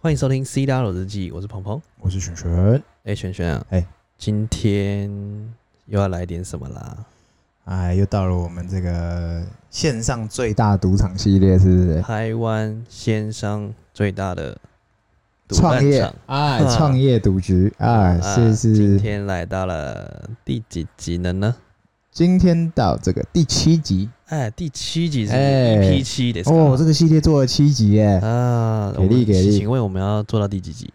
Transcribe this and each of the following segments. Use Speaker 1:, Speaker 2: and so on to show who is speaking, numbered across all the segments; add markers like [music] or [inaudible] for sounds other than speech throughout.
Speaker 1: 欢迎收听《C 大佬日记》，我是鹏鹏。
Speaker 2: 我是璇璇。
Speaker 1: 哎、璇璇啊，
Speaker 2: 哎
Speaker 1: 今天又要来点什么啦？
Speaker 2: 哎，又到了我们这个线上最大赌场系列，是不是？
Speaker 1: 台湾线上最大的赌
Speaker 2: 创
Speaker 1: 烂
Speaker 2: 业
Speaker 1: 场，嗯
Speaker 2: 哎，创业赌局哎，是
Speaker 1: 啊今
Speaker 2: 是。
Speaker 1: 天来到了第几集了呢？
Speaker 2: 今天到这个第七集
Speaker 1: 哎，第七集是
Speaker 2: 哎
Speaker 1: EP 七的
Speaker 2: 哦，这个系列做了七集耶，
Speaker 1: 啊，
Speaker 2: 给力
Speaker 1: 我们
Speaker 2: 给力
Speaker 1: 请问我们要做到第几集？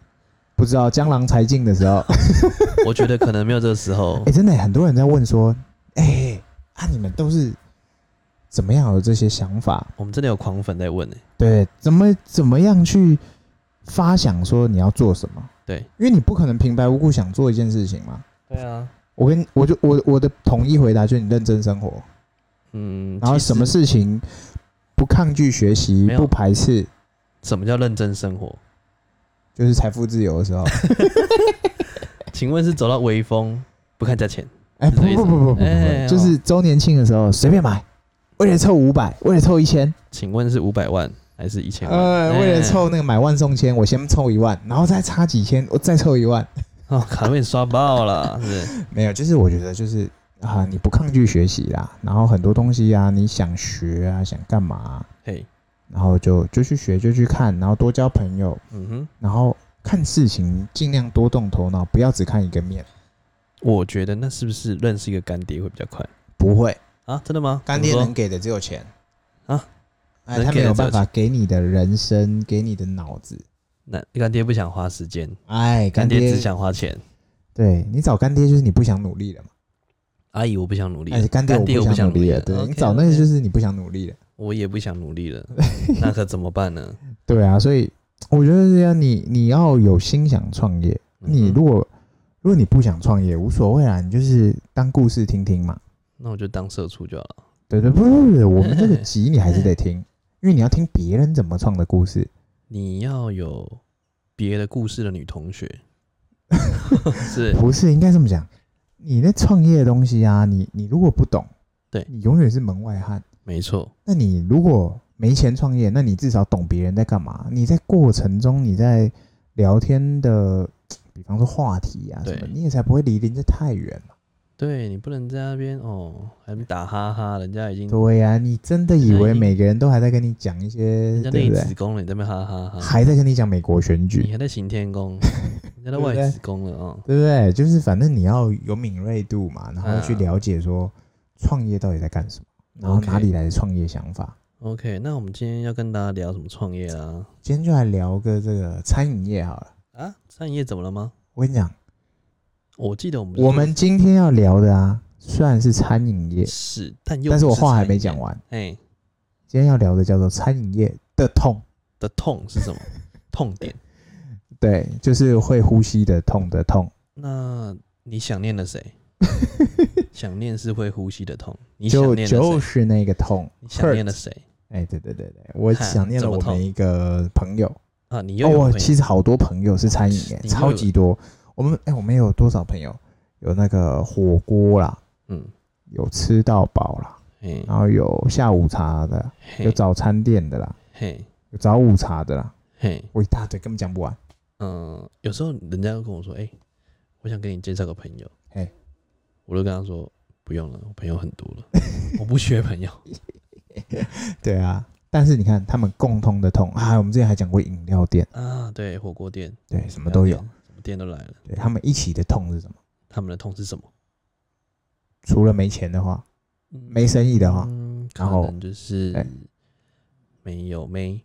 Speaker 2: 不知道江郎才尽的时候，
Speaker 1: 嗯我觉得可能没有这个时候
Speaker 2: [laughs] 哎，。真的很多人在问说，哎，啊，你们都是怎么样有这些想法？
Speaker 1: 我们真的有狂粉在问呢、
Speaker 2: 对，怎么怎么样去发想说你要做什么？
Speaker 1: 对
Speaker 2: 因为你不可能平白无故想做一件事情嘛。
Speaker 1: 对啊，
Speaker 2: 我跟我就我我的统一回答就是你认真生活，
Speaker 1: 嗯，
Speaker 2: 然后
Speaker 1: 其实
Speaker 2: 什么事情不抗拒学习
Speaker 1: 没，有
Speaker 2: 不排斥，
Speaker 1: 什么叫认真生活？
Speaker 2: 就是财富自由的时
Speaker 1: [laughs]
Speaker 2: 候。
Speaker 1: 请问是走到微风不看价钱？
Speaker 2: 哎，
Speaker 1: 是
Speaker 2: 不
Speaker 1: 这意思
Speaker 2: 不不不不不
Speaker 1: 哎
Speaker 2: 不，就是周年庆的时候随便买，为了凑五百，为了凑一千，
Speaker 1: 请问是五百万还是一千万？
Speaker 2: 呃，为了
Speaker 1: 哎
Speaker 2: 凑那个买万送千，我先凑一万，然后再差几千，我再凑一万。 [laughs]
Speaker 1: 哦，卡被你刷爆了，是不是？
Speaker 2: 没有，就是我觉得就是啊、你不抗拒学习啦，然后很多东西啊，你想学啊，想干嘛啊、
Speaker 1: 嘿，
Speaker 2: 然后就就去学，就去看，然后多交朋友，
Speaker 1: 嗯哼，
Speaker 2: 然后看事情尽量多动头脑，不要只看一个面。
Speaker 1: 我觉得那是不是认识一个干爹会比较快
Speaker 2: 不会，
Speaker 1: 啊？真的吗？
Speaker 2: 干爹
Speaker 1: 怎么
Speaker 2: 能
Speaker 1: 说
Speaker 2: 给的只有钱
Speaker 1: 啊！
Speaker 2: 哎，
Speaker 1: 能
Speaker 2: 他
Speaker 1: 给
Speaker 2: 没
Speaker 1: 的
Speaker 2: 有
Speaker 1: 只有
Speaker 2: 办法给你的人生，给你的脑子。
Speaker 1: 那干爹不想花时间，
Speaker 2: 哎，
Speaker 1: 干
Speaker 2: 干
Speaker 1: 爹
Speaker 2: 爹
Speaker 1: 只，想花钱。
Speaker 2: 对你找干爹就是你不想努力了嘛？
Speaker 1: 阿姨，我不想努力了
Speaker 2: 哎，，干爹
Speaker 1: 爹
Speaker 2: 我
Speaker 1: 不
Speaker 2: 想努
Speaker 1: 力
Speaker 2: 力了，对
Speaker 1: OK，
Speaker 2: 你找那个
Speaker 1: OK
Speaker 2: 就是你不想努力了。
Speaker 1: 我也不想努力
Speaker 2: [laughs]
Speaker 1: 了，那可怎么办呢？
Speaker 2: 对啊，所以我觉得这样，你你要有心想创业。
Speaker 1: 嗯哼
Speaker 2: 你如果如果你不想创业，无所谓啦，你就是当故事听听嘛。
Speaker 1: 那我就当社畜就好了。
Speaker 2: 对对，不不不，我
Speaker 1: [laughs]
Speaker 2: 们这个集你还是得听，因为你要听别人怎么创的故事。
Speaker 1: 你要有别的故事的女同
Speaker 2: [laughs]
Speaker 1: 学，是
Speaker 2: 不是，应该这么讲，你那创业的东西啊，你你如果不懂，
Speaker 1: 对
Speaker 2: 你永远是门外汉。
Speaker 1: 没错，
Speaker 2: 那你如果没钱创业，那你至少懂别人在干嘛。你在过程中，你在聊天的，比方说话题啊什么
Speaker 1: 对，
Speaker 2: 你也才不会离邻这太远嘛。
Speaker 1: 对你不能在那边哦，还没打哈哈，人家已经
Speaker 2: 对呀、你真的以
Speaker 1: 人家
Speaker 2: 为
Speaker 1: 已
Speaker 2: 每个人都还在跟你讲一些
Speaker 1: 人，家
Speaker 2: 对
Speaker 1: 内
Speaker 2: 不
Speaker 1: 子
Speaker 2: 对？
Speaker 1: 宫了，你在那边哈哈哈，
Speaker 2: 还在跟你讲美国选举
Speaker 1: 你，还在行天
Speaker 2: [laughs]
Speaker 1: 宫，人家都外子宫了啊、
Speaker 2: 对不对？就是反正你要有敏锐度嘛，然后去
Speaker 1: 嗯
Speaker 2: 了解说创业到底在干什么，然后
Speaker 1: OK
Speaker 2: 哪里来的创业想法。
Speaker 1: OK，那我们今天要跟大家聊什么创业啊？
Speaker 2: 今天就来聊个这个餐饮业好了。
Speaker 1: 啊，餐饮业怎么了吗？
Speaker 2: 我跟你讲，
Speaker 1: 我记得我们
Speaker 2: 我们今天要聊的啊，虽然是餐饮业，
Speaker 1: 是，但又
Speaker 2: 但是我话还
Speaker 1: 餐饮
Speaker 2: 没
Speaker 1: 业
Speaker 2: 讲。完。
Speaker 1: 哎、
Speaker 2: 今天要聊的叫做餐饮业的痛，
Speaker 1: 的痛是什么？ [laughs] 痛点？
Speaker 2: 对，就是会呼吸的痛的痛。
Speaker 1: 那你想念了
Speaker 2: [laughs]
Speaker 1: 谁？想念是会呼吸的痛。你想
Speaker 2: 就
Speaker 1: 念了谁？
Speaker 2: 就是那个痛
Speaker 1: 你，想念
Speaker 2: hurt
Speaker 1: 了。谁？
Speaker 2: 哎，对对对对，
Speaker 1: [laughs]
Speaker 2: 我
Speaker 1: 哈
Speaker 2: 想念
Speaker 1: 怎
Speaker 2: 了
Speaker 1: 么
Speaker 2: 我
Speaker 1: 痛
Speaker 2: 们一个朋友。
Speaker 1: 啊，你又
Speaker 2: 哦，
Speaker 1: 有
Speaker 2: 我
Speaker 1: 朋友
Speaker 2: 其实好多朋友是餐饮
Speaker 1: 你
Speaker 2: 哎，
Speaker 1: 又
Speaker 2: 超
Speaker 1: 有
Speaker 2: 级多。我们哎，我们有多少朋友？有那个火锅啦，
Speaker 1: 嗯，
Speaker 2: 有吃到饱啦，
Speaker 1: 嘿
Speaker 2: 然后有下午茶的，有
Speaker 1: 嘿
Speaker 2: 早餐店的啦，
Speaker 1: 嘿
Speaker 2: 有早午茶的啦，
Speaker 1: 嘿，
Speaker 2: 我一大堆根本讲不完。 [laughs]
Speaker 1: 嗯、有时候人家会跟我说，哎、我想跟你介绍个朋友，
Speaker 2: 嘿
Speaker 1: 我就跟他说不用了，我朋友很多了，我不缺朋友。
Speaker 2: 对啊，但是你看他们共通的痛啊，我们之前还讲过饮料店，
Speaker 1: 啊，对，火锅店
Speaker 2: 对，什么都
Speaker 1: 料。
Speaker 2: 有
Speaker 1: 店什么店都来了。
Speaker 2: 对他们一起的痛是什么？
Speaker 1: 他们的痛是什么？
Speaker 2: 除了没钱的话，没
Speaker 1: 生
Speaker 2: 生意
Speaker 1: 意
Speaker 2: 的话，
Speaker 1: 嗯，可
Speaker 2: 然后
Speaker 1: 能就是
Speaker 2: 哎
Speaker 1: 没有妹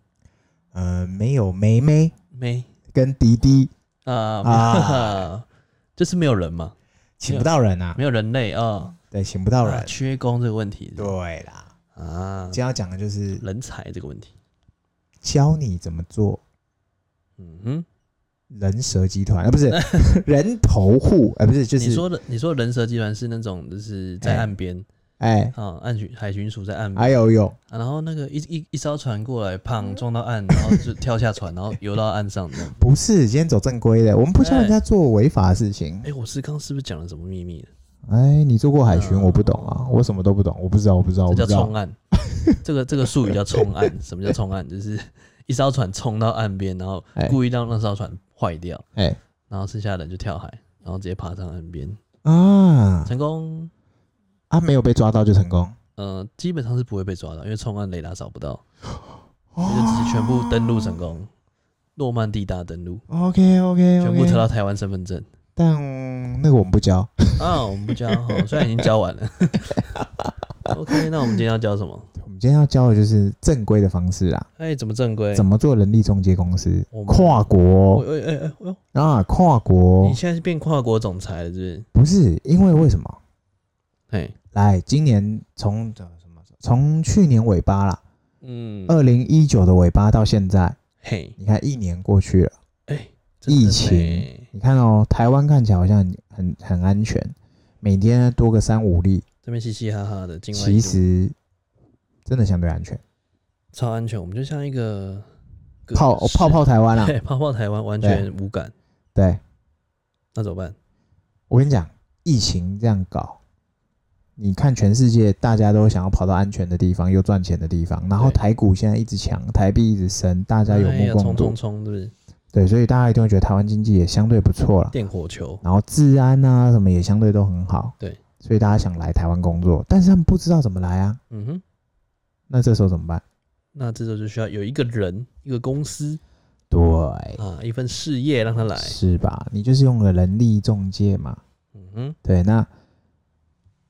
Speaker 1: 嗯
Speaker 2: 呃，没有妹妹
Speaker 1: 妹
Speaker 2: 跟迪迪，
Speaker 1: 啊
Speaker 2: 啊
Speaker 1: 就是没有人嘛，
Speaker 2: 请不到人啊，
Speaker 1: 没有人类啊，
Speaker 2: 对，请不到
Speaker 1: 啊
Speaker 2: 人。
Speaker 1: 缺工这个问题是吧，
Speaker 2: 对啦，
Speaker 1: 啊
Speaker 2: 今，天要讲的就是
Speaker 1: 人才这个问题，
Speaker 2: 教你怎么做
Speaker 1: 嗯哼，
Speaker 2: 人蛇集团，啊，不是 [laughs] 人头户，啊，不是，就
Speaker 1: 你
Speaker 2: 是
Speaker 1: 说的你说人蛇集团是那种就是在
Speaker 2: 哎
Speaker 1: 岸边
Speaker 2: 哎，
Speaker 1: 啊，岸巡海巡署在岸边。
Speaker 2: 还有有
Speaker 1: 啊然后那个一一一艘船过来，砰
Speaker 2: 嗯
Speaker 1: 撞到岸，然后就跳下船，然后游到岸上
Speaker 2: [laughs]
Speaker 1: 这样。
Speaker 2: 不是，今天走正规的，我们不教人家做违法的事情
Speaker 1: 哎、。我是刚是不是讲了什么秘密？
Speaker 2: 哎，你做过海巡，我不懂啊，我什么都不懂，我不知道，我不知道，
Speaker 1: [laughs]
Speaker 2: 我
Speaker 1: 这叫
Speaker 2: 不知道
Speaker 1: [laughs] 冲。岸，这个这个术语叫冲岸。什么叫冲岸？就是一艘船冲到岸边，然后
Speaker 2: 哎
Speaker 1: 故意让那艘船坏掉，
Speaker 2: 哎
Speaker 1: 然后剩下的人就跳海，然后直接爬上岸边，
Speaker 2: 啊
Speaker 1: 成功。
Speaker 2: 啊，没有被抓到就成功，
Speaker 1: 呃，基本上是不会被抓到，因为冲岸雷达扫不到，
Speaker 2: 哦
Speaker 1: 你就只是全部登陆成功，诺曼底大登陆，
Speaker 2: OK OK
Speaker 1: 全部
Speaker 2: OK，
Speaker 1: 得到台湾身份证。
Speaker 2: 但那个我们不教。
Speaker 1: 啊，我们不教哈，虽然已经教完了。OK，那我们今天要教什么？
Speaker 2: 我们今天要教的就是正规的方式啦，
Speaker 1: 哎，怎么正规？
Speaker 2: 怎么做人力中介公司
Speaker 1: 我，们
Speaker 2: 跨
Speaker 1: 我？
Speaker 2: 国
Speaker 1: 哎哎哎哎
Speaker 2: 啊，跨
Speaker 1: 呦，你
Speaker 2: 国
Speaker 1: 现在是变跨国总裁了，是不是？
Speaker 2: 不是因为为什么？
Speaker 1: 哎，
Speaker 2: 来，今年从呃什么从去年尾巴啦，
Speaker 1: 嗯，
Speaker 2: 二零一九的尾巴到现在，
Speaker 1: 嘿，
Speaker 2: 你看一年过去了，
Speaker 1: 哎，真
Speaker 2: 疫
Speaker 1: 的呢
Speaker 2: 情，你看哦，台湾看起来好像很很很安全，每天多个三五例，
Speaker 1: 这边嘻嘻哈哈的，境外
Speaker 2: 其实真的相对安全，
Speaker 1: 超安全，我们就像一个个
Speaker 2: 泡哦泡泡台
Speaker 1: [laughs]
Speaker 2: 湾啦，
Speaker 1: 对，泡泡台湾完全无感，
Speaker 2: 对
Speaker 1: 那怎么办？
Speaker 2: 我跟你讲，疫情这样搞，你看全世界大家都想要跑到安全的地方，又赚钱的地方，然后
Speaker 1: 对
Speaker 2: 台股现在一直强，台币一直升，大家有
Speaker 1: 哎
Speaker 2: 目
Speaker 1: 呀
Speaker 2: 共
Speaker 1: 冲
Speaker 2: 睹
Speaker 1: 冲。冲，是不是？
Speaker 2: 对，所以大家一定会觉得台湾经济也相对不错了，
Speaker 1: 电火球，
Speaker 2: 然后治安啊什么也相对都很好。
Speaker 1: 对，
Speaker 2: 所以大家想来台湾工作，但是他们不知道怎么来啊，
Speaker 1: 嗯哼，
Speaker 2: 那这时候怎么办？
Speaker 1: 那这时候就需要有一个人、一个公司
Speaker 2: 对，
Speaker 1: 啊，一份事业让他来，
Speaker 2: 是吧？你就是用了人力中介嘛。
Speaker 1: 嗯哼，
Speaker 2: 对，那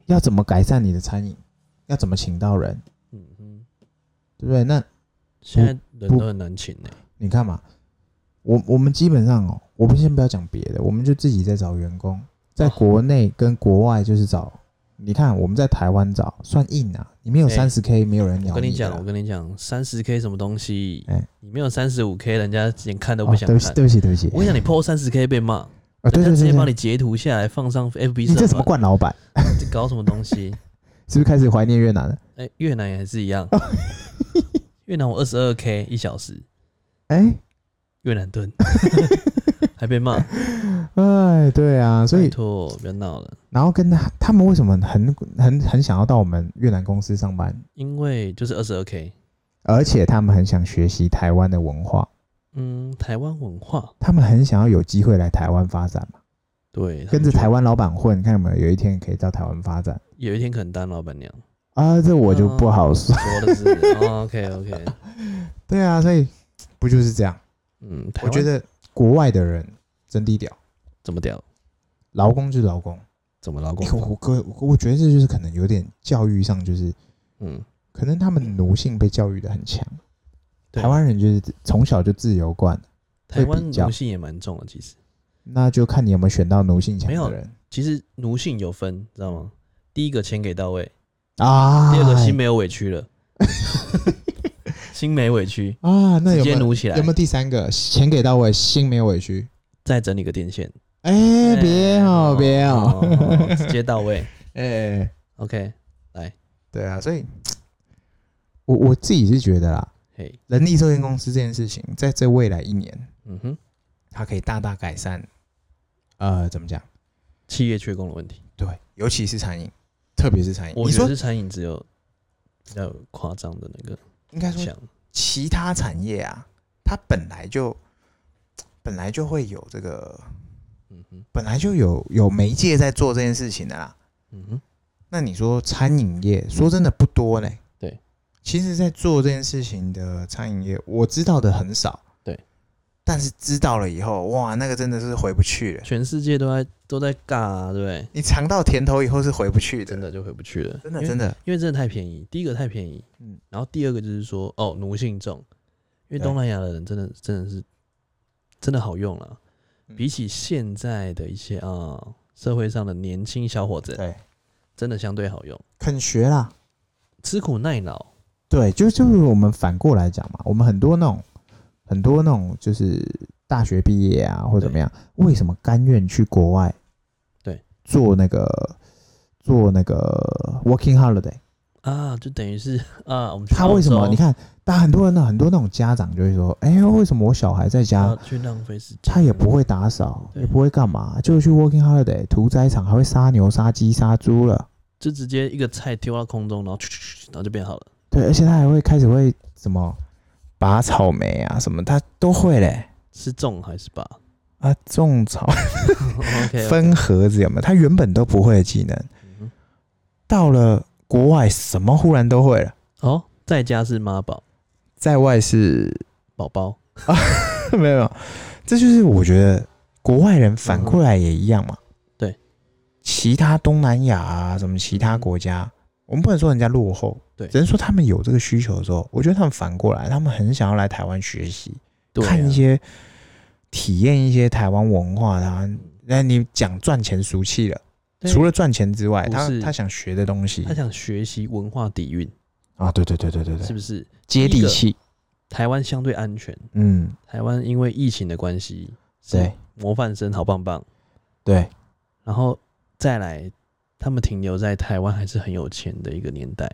Speaker 2: 要怎么改善你的餐饮？要怎么请到人？
Speaker 1: 嗯哼。
Speaker 2: 对不对？那
Speaker 1: 现在人都很难请欸呢、
Speaker 2: 你看嘛，我我们基本上哦，我们先不要讲别的，我们就自己在找员工，在
Speaker 1: 哦
Speaker 2: 国内跟国外就是找。你看我们在台湾找算硬啊，你没有
Speaker 1: 哎
Speaker 2: 三十 K，没有人鸟
Speaker 1: 我跟你
Speaker 2: 的啦
Speaker 1: 讲，我跟你讲，三十 K 什么东西？
Speaker 2: 哎
Speaker 1: 你没有三十五 K，人家连看都
Speaker 2: 哦
Speaker 1: 不想
Speaker 2: 对不
Speaker 1: 看。
Speaker 2: 起，对不起，对不起，
Speaker 1: 我跟你讲，你 PO 三十 K 被骂，
Speaker 2: 啊，对
Speaker 1: 人
Speaker 2: 对
Speaker 1: 家直
Speaker 2: 对
Speaker 1: 接把
Speaker 2: 对，
Speaker 1: 你截图下来放上 FB
Speaker 2: 你这什
Speaker 1: 社
Speaker 2: 么
Speaker 1: 团，
Speaker 2: 惯老板？
Speaker 1: 这搞什么东西？
Speaker 2: 是不是开始怀念越南了？
Speaker 1: 哎、越南也是一样，越南我二十二 K 一小时，
Speaker 2: 哎，
Speaker 1: 越南盾 [laughs] 还被骂，
Speaker 2: 哎，对啊， [laughs] 所
Speaker 1: 拜
Speaker 2: 以
Speaker 1: 托不要闹了，
Speaker 2: 然后跟他他们为什么很很很想要到我们越南公司上班，
Speaker 1: 因为就是二十二 K，
Speaker 2: 而且他们很想学习台湾的文化，
Speaker 1: 嗯，台湾文化，
Speaker 2: 他们很想要有机会来台湾发展。
Speaker 1: 对，
Speaker 2: 跟着
Speaker 1: 他
Speaker 2: 台
Speaker 1: 们
Speaker 2: 湾老板混，看有没有有一天可以到台湾发展
Speaker 1: 就有一天可能当老板娘，
Speaker 2: 啊？这我就不好说。
Speaker 1: 说的是、哦、OK OK，
Speaker 2: 对啊，所以不就是这样？
Speaker 1: 嗯，台
Speaker 2: 我
Speaker 1: 湾
Speaker 2: 觉得国外的人真低调，
Speaker 1: 怎么屌？
Speaker 2: 劳工就是劳工。
Speaker 1: 怎么劳工
Speaker 2: 欸、
Speaker 1: 法
Speaker 2: 我？我哥，我我觉得这就是可能有点教育上，就是
Speaker 1: 嗯，
Speaker 2: 可能他们奴性被教育的很强。
Speaker 1: 对
Speaker 2: 台湾人就是从小就自由惯，
Speaker 1: 台湾
Speaker 2: 比较
Speaker 1: 奴性也蛮重的。其实，
Speaker 2: 那就看你有没有选到奴性强的人
Speaker 1: 其实奴性有分，知道吗？第一个钱给到位，
Speaker 2: 啊。
Speaker 1: 第二个心没有委屈了，心没委屈，
Speaker 2: 啊，那
Speaker 1: 直
Speaker 2: 有没
Speaker 1: 接
Speaker 2: 有
Speaker 1: 奴起来
Speaker 2: 有没，有第三个？钱给到位，心没有委屈。
Speaker 1: 再整理个电线。
Speaker 2: 哎、别哦，别哦，
Speaker 1: 哦直接到
Speaker 2: [laughs]
Speaker 1: 位。
Speaker 2: 哎、
Speaker 1: OK，
Speaker 2: 对啊，所以我我自己是觉得啦，
Speaker 1: 嘿，
Speaker 2: 人力寿险公司这件事情，在这未来一年，
Speaker 1: 嗯哼，
Speaker 2: 它可以大大改善，呃，怎么讲？
Speaker 1: 企业缺工的问题，
Speaker 2: 对，尤其是餐饮，特别是餐饮，
Speaker 1: 我
Speaker 2: 哎你
Speaker 1: 觉得是
Speaker 2: 说
Speaker 1: 餐饮只有比较有夸张的那个
Speaker 2: 应该说
Speaker 1: 像，
Speaker 2: 其他产业啊，它本来就本来就会有这个，
Speaker 1: 嗯哼，
Speaker 2: 本来就有有媒介在做这件事情的啦。
Speaker 1: 嗯哼，
Speaker 2: 那你说餐饮业，说真的不多呢。
Speaker 1: 对，
Speaker 2: 其实，在做这件事情的餐饮业，我知道的很少。
Speaker 1: 对，
Speaker 2: 但是知道了以后，哇，那个真的是回不去了。
Speaker 1: 全世界都在都在尬、啊，对不对？
Speaker 2: 你尝到甜头以后是回不去的，
Speaker 1: 真的就回不去了，
Speaker 2: 真的，
Speaker 1: 因为
Speaker 2: 真的，
Speaker 1: 因为真的太便宜。第一个太便宜，
Speaker 2: 嗯
Speaker 1: 嗯，然后第二个就是说，哦，奴性重，因为
Speaker 2: 对
Speaker 1: 东南亚的人真的真的是真的好用了，
Speaker 2: 嗯
Speaker 1: 比起现在的一些啊、社会上的年轻小伙子，
Speaker 2: 对，
Speaker 1: 真的相对好用，
Speaker 2: 肯学啦。
Speaker 1: 吃苦耐劳，
Speaker 2: 对，就就是我们反过来讲嘛，我们很多那种很多那种就是大学毕业啊或怎么样，为什么甘愿去国外？
Speaker 1: 对，
Speaker 2: 做那个做那个 working holiday。
Speaker 1: 啊，就等于是啊，我们去
Speaker 2: 他为什
Speaker 1: 澳
Speaker 2: 么？
Speaker 1: 洲
Speaker 2: 你看，大家很多人呢，很多那种家长就会说：“哎、呦，为什么我小孩
Speaker 1: 不
Speaker 2: 在
Speaker 1: 要
Speaker 2: 家，
Speaker 1: 啊去浪费时间？
Speaker 2: 他也不会打扫，
Speaker 1: 哦对
Speaker 2: 也不会干嘛，就去 working holiday 屠宰场，还会杀牛、杀鸡、杀猪了。
Speaker 1: 就直接一个菜丢到空中，然后然后就变好了。
Speaker 2: 对，而且他还会开始会什么拔草莓啊什么，他都会嘞。
Speaker 1: 是种还
Speaker 2: [laughs]
Speaker 1: 是哦拔
Speaker 2: 啊，种草、
Speaker 1: ？OK，
Speaker 2: 分盒子有没有？他原本都不会的技能，
Speaker 1: 嗯
Speaker 2: 到了国外什么忽然都会了。
Speaker 1: 哼哦，在家是妈宝
Speaker 2: 在外是 [laughs]
Speaker 1: 宝宝，
Speaker 2: 没有，没有，这就是我觉得国外人反过来也一样嘛。
Speaker 1: 对，
Speaker 2: 其他东南亚啊，什么其他国家，我们不能说人家落后，
Speaker 1: 对
Speaker 2: 只能说他们有这个需求的时候，我觉得他们反过来，他们很想要来台湾学习，
Speaker 1: 对啊、
Speaker 2: 看一些体验一些台湾文化啊。那你讲赚钱俗气了，
Speaker 1: 对啊
Speaker 2: 除了赚钱之外，
Speaker 1: 不
Speaker 2: 他
Speaker 1: 是
Speaker 2: 他想学的东西
Speaker 1: 他想学习文化底蕴，
Speaker 2: 啊，对对对对对
Speaker 1: 是
Speaker 2: 对，
Speaker 1: 不是？
Speaker 2: 接
Speaker 1: 第一
Speaker 2: 地
Speaker 1: 个
Speaker 2: 气，
Speaker 1: 台湾相对安全，
Speaker 2: 嗯，
Speaker 1: 台湾因为疫情的关系，
Speaker 2: 对，
Speaker 1: 模范生好棒棒。
Speaker 2: 对，
Speaker 1: 然后再来，他们停留在台湾还是很有钱的一个年代，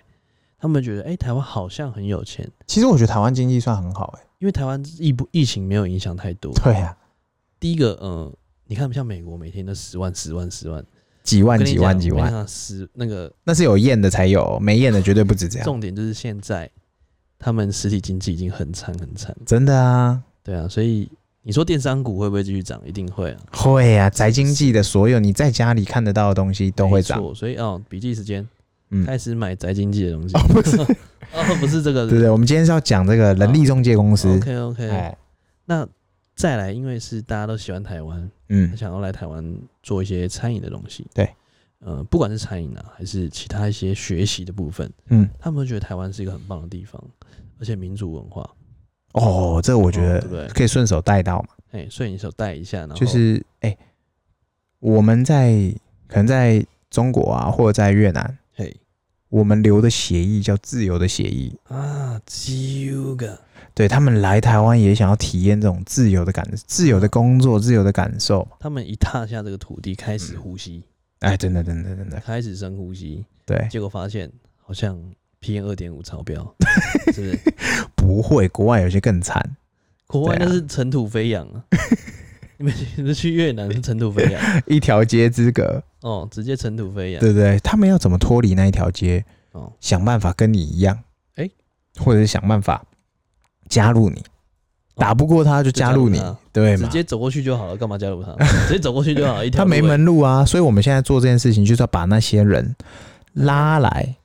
Speaker 1: 他们觉得哎、诶台湾好像很有钱，
Speaker 2: 其实我觉得台湾经济算很好、
Speaker 1: [laughs]
Speaker 2: 欸，
Speaker 1: 因为台湾疫不疫情没有影响太多。
Speaker 2: 对啊，
Speaker 1: 第一个，嗯、你看像美国每天都十万、十万、十万，
Speaker 2: 几
Speaker 1: 我
Speaker 2: 万
Speaker 1: 跟你
Speaker 2: 几万
Speaker 1: 讲
Speaker 2: 几
Speaker 1: 我跟
Speaker 2: 万
Speaker 1: 你，讲十那个
Speaker 2: 那是有验的才有，没验的绝对不啊止
Speaker 1: [laughs]
Speaker 2: 这样。
Speaker 1: 重点就是现在他们实体经济已经很惨很惨，
Speaker 2: 真的啊，
Speaker 1: 对啊，所以你说电商股会不会继续涨？一定会啊，
Speaker 2: 会啊，宅经济的所有你在家里看得到的东西都会涨
Speaker 1: 没。错。所以哦，笔记时间
Speaker 2: 嗯，
Speaker 1: 开始买宅经济的东西
Speaker 2: 哦，不是，
Speaker 1: [laughs] 哦，不是这个，
Speaker 2: [laughs] 对对，我们今天是要讲这个人力中介公司。
Speaker 1: OK 哦 OK，
Speaker 2: 哎，
Speaker 1: 那再来，因为是大家都喜欢台湾，
Speaker 2: 嗯，
Speaker 1: 想要来台湾做一些餐饮的东西，
Speaker 2: 对，
Speaker 1: 呃，不管是餐饮啊，还是其他一些学习的部分，
Speaker 2: 嗯，
Speaker 1: 他们会觉得台湾是一个很棒的地方，而且民族文化，
Speaker 2: 哦，这我觉
Speaker 1: 哦对不哦
Speaker 2: 得
Speaker 1: 对
Speaker 2: 可以顺手带到嘛，
Speaker 1: 哎，所以你手带一下，然后
Speaker 2: 就是哎，我们在可能在中国啊，或者在越南，
Speaker 1: 嘿
Speaker 2: 我们留的协议叫自由的协议，
Speaker 1: 啊，基友个，
Speaker 2: 对他们来台湾也想要体验这种自由的感，自由的工作，自由的感受。
Speaker 1: 他们一踏下这个土地，开
Speaker 2: 嗯
Speaker 1: 始呼吸，
Speaker 2: 哎，真的，真的，真的，
Speaker 1: 开始深呼吸，
Speaker 2: 对，
Speaker 1: 结果发现好像 PM 二点五超标，是不是？ [laughs]
Speaker 2: 不会，国外有些更惨。
Speaker 1: 国外
Speaker 2: 对啊
Speaker 1: 那是尘土飞扬啊， [laughs] 你们你们去越南是尘土飞扬。
Speaker 2: 一条街之隔，
Speaker 1: 哦，直接尘土飞扬。
Speaker 2: 对不对？他们要怎么脱离那一条街？
Speaker 1: 哦，
Speaker 2: 想办法跟你一样，
Speaker 1: 哎
Speaker 2: 或者是想办法加入你，打不过他哦就加入你，
Speaker 1: 就加入
Speaker 2: 对
Speaker 1: 直
Speaker 2: 嘛？
Speaker 1: 接走过去就好了，干嘛加入他？ [laughs] 直接走过去就好了，一条
Speaker 2: 他
Speaker 1: 路
Speaker 2: 没
Speaker 1: 欸。
Speaker 2: 门路啊，所以我们现在做这件事情就是要把那些人拉来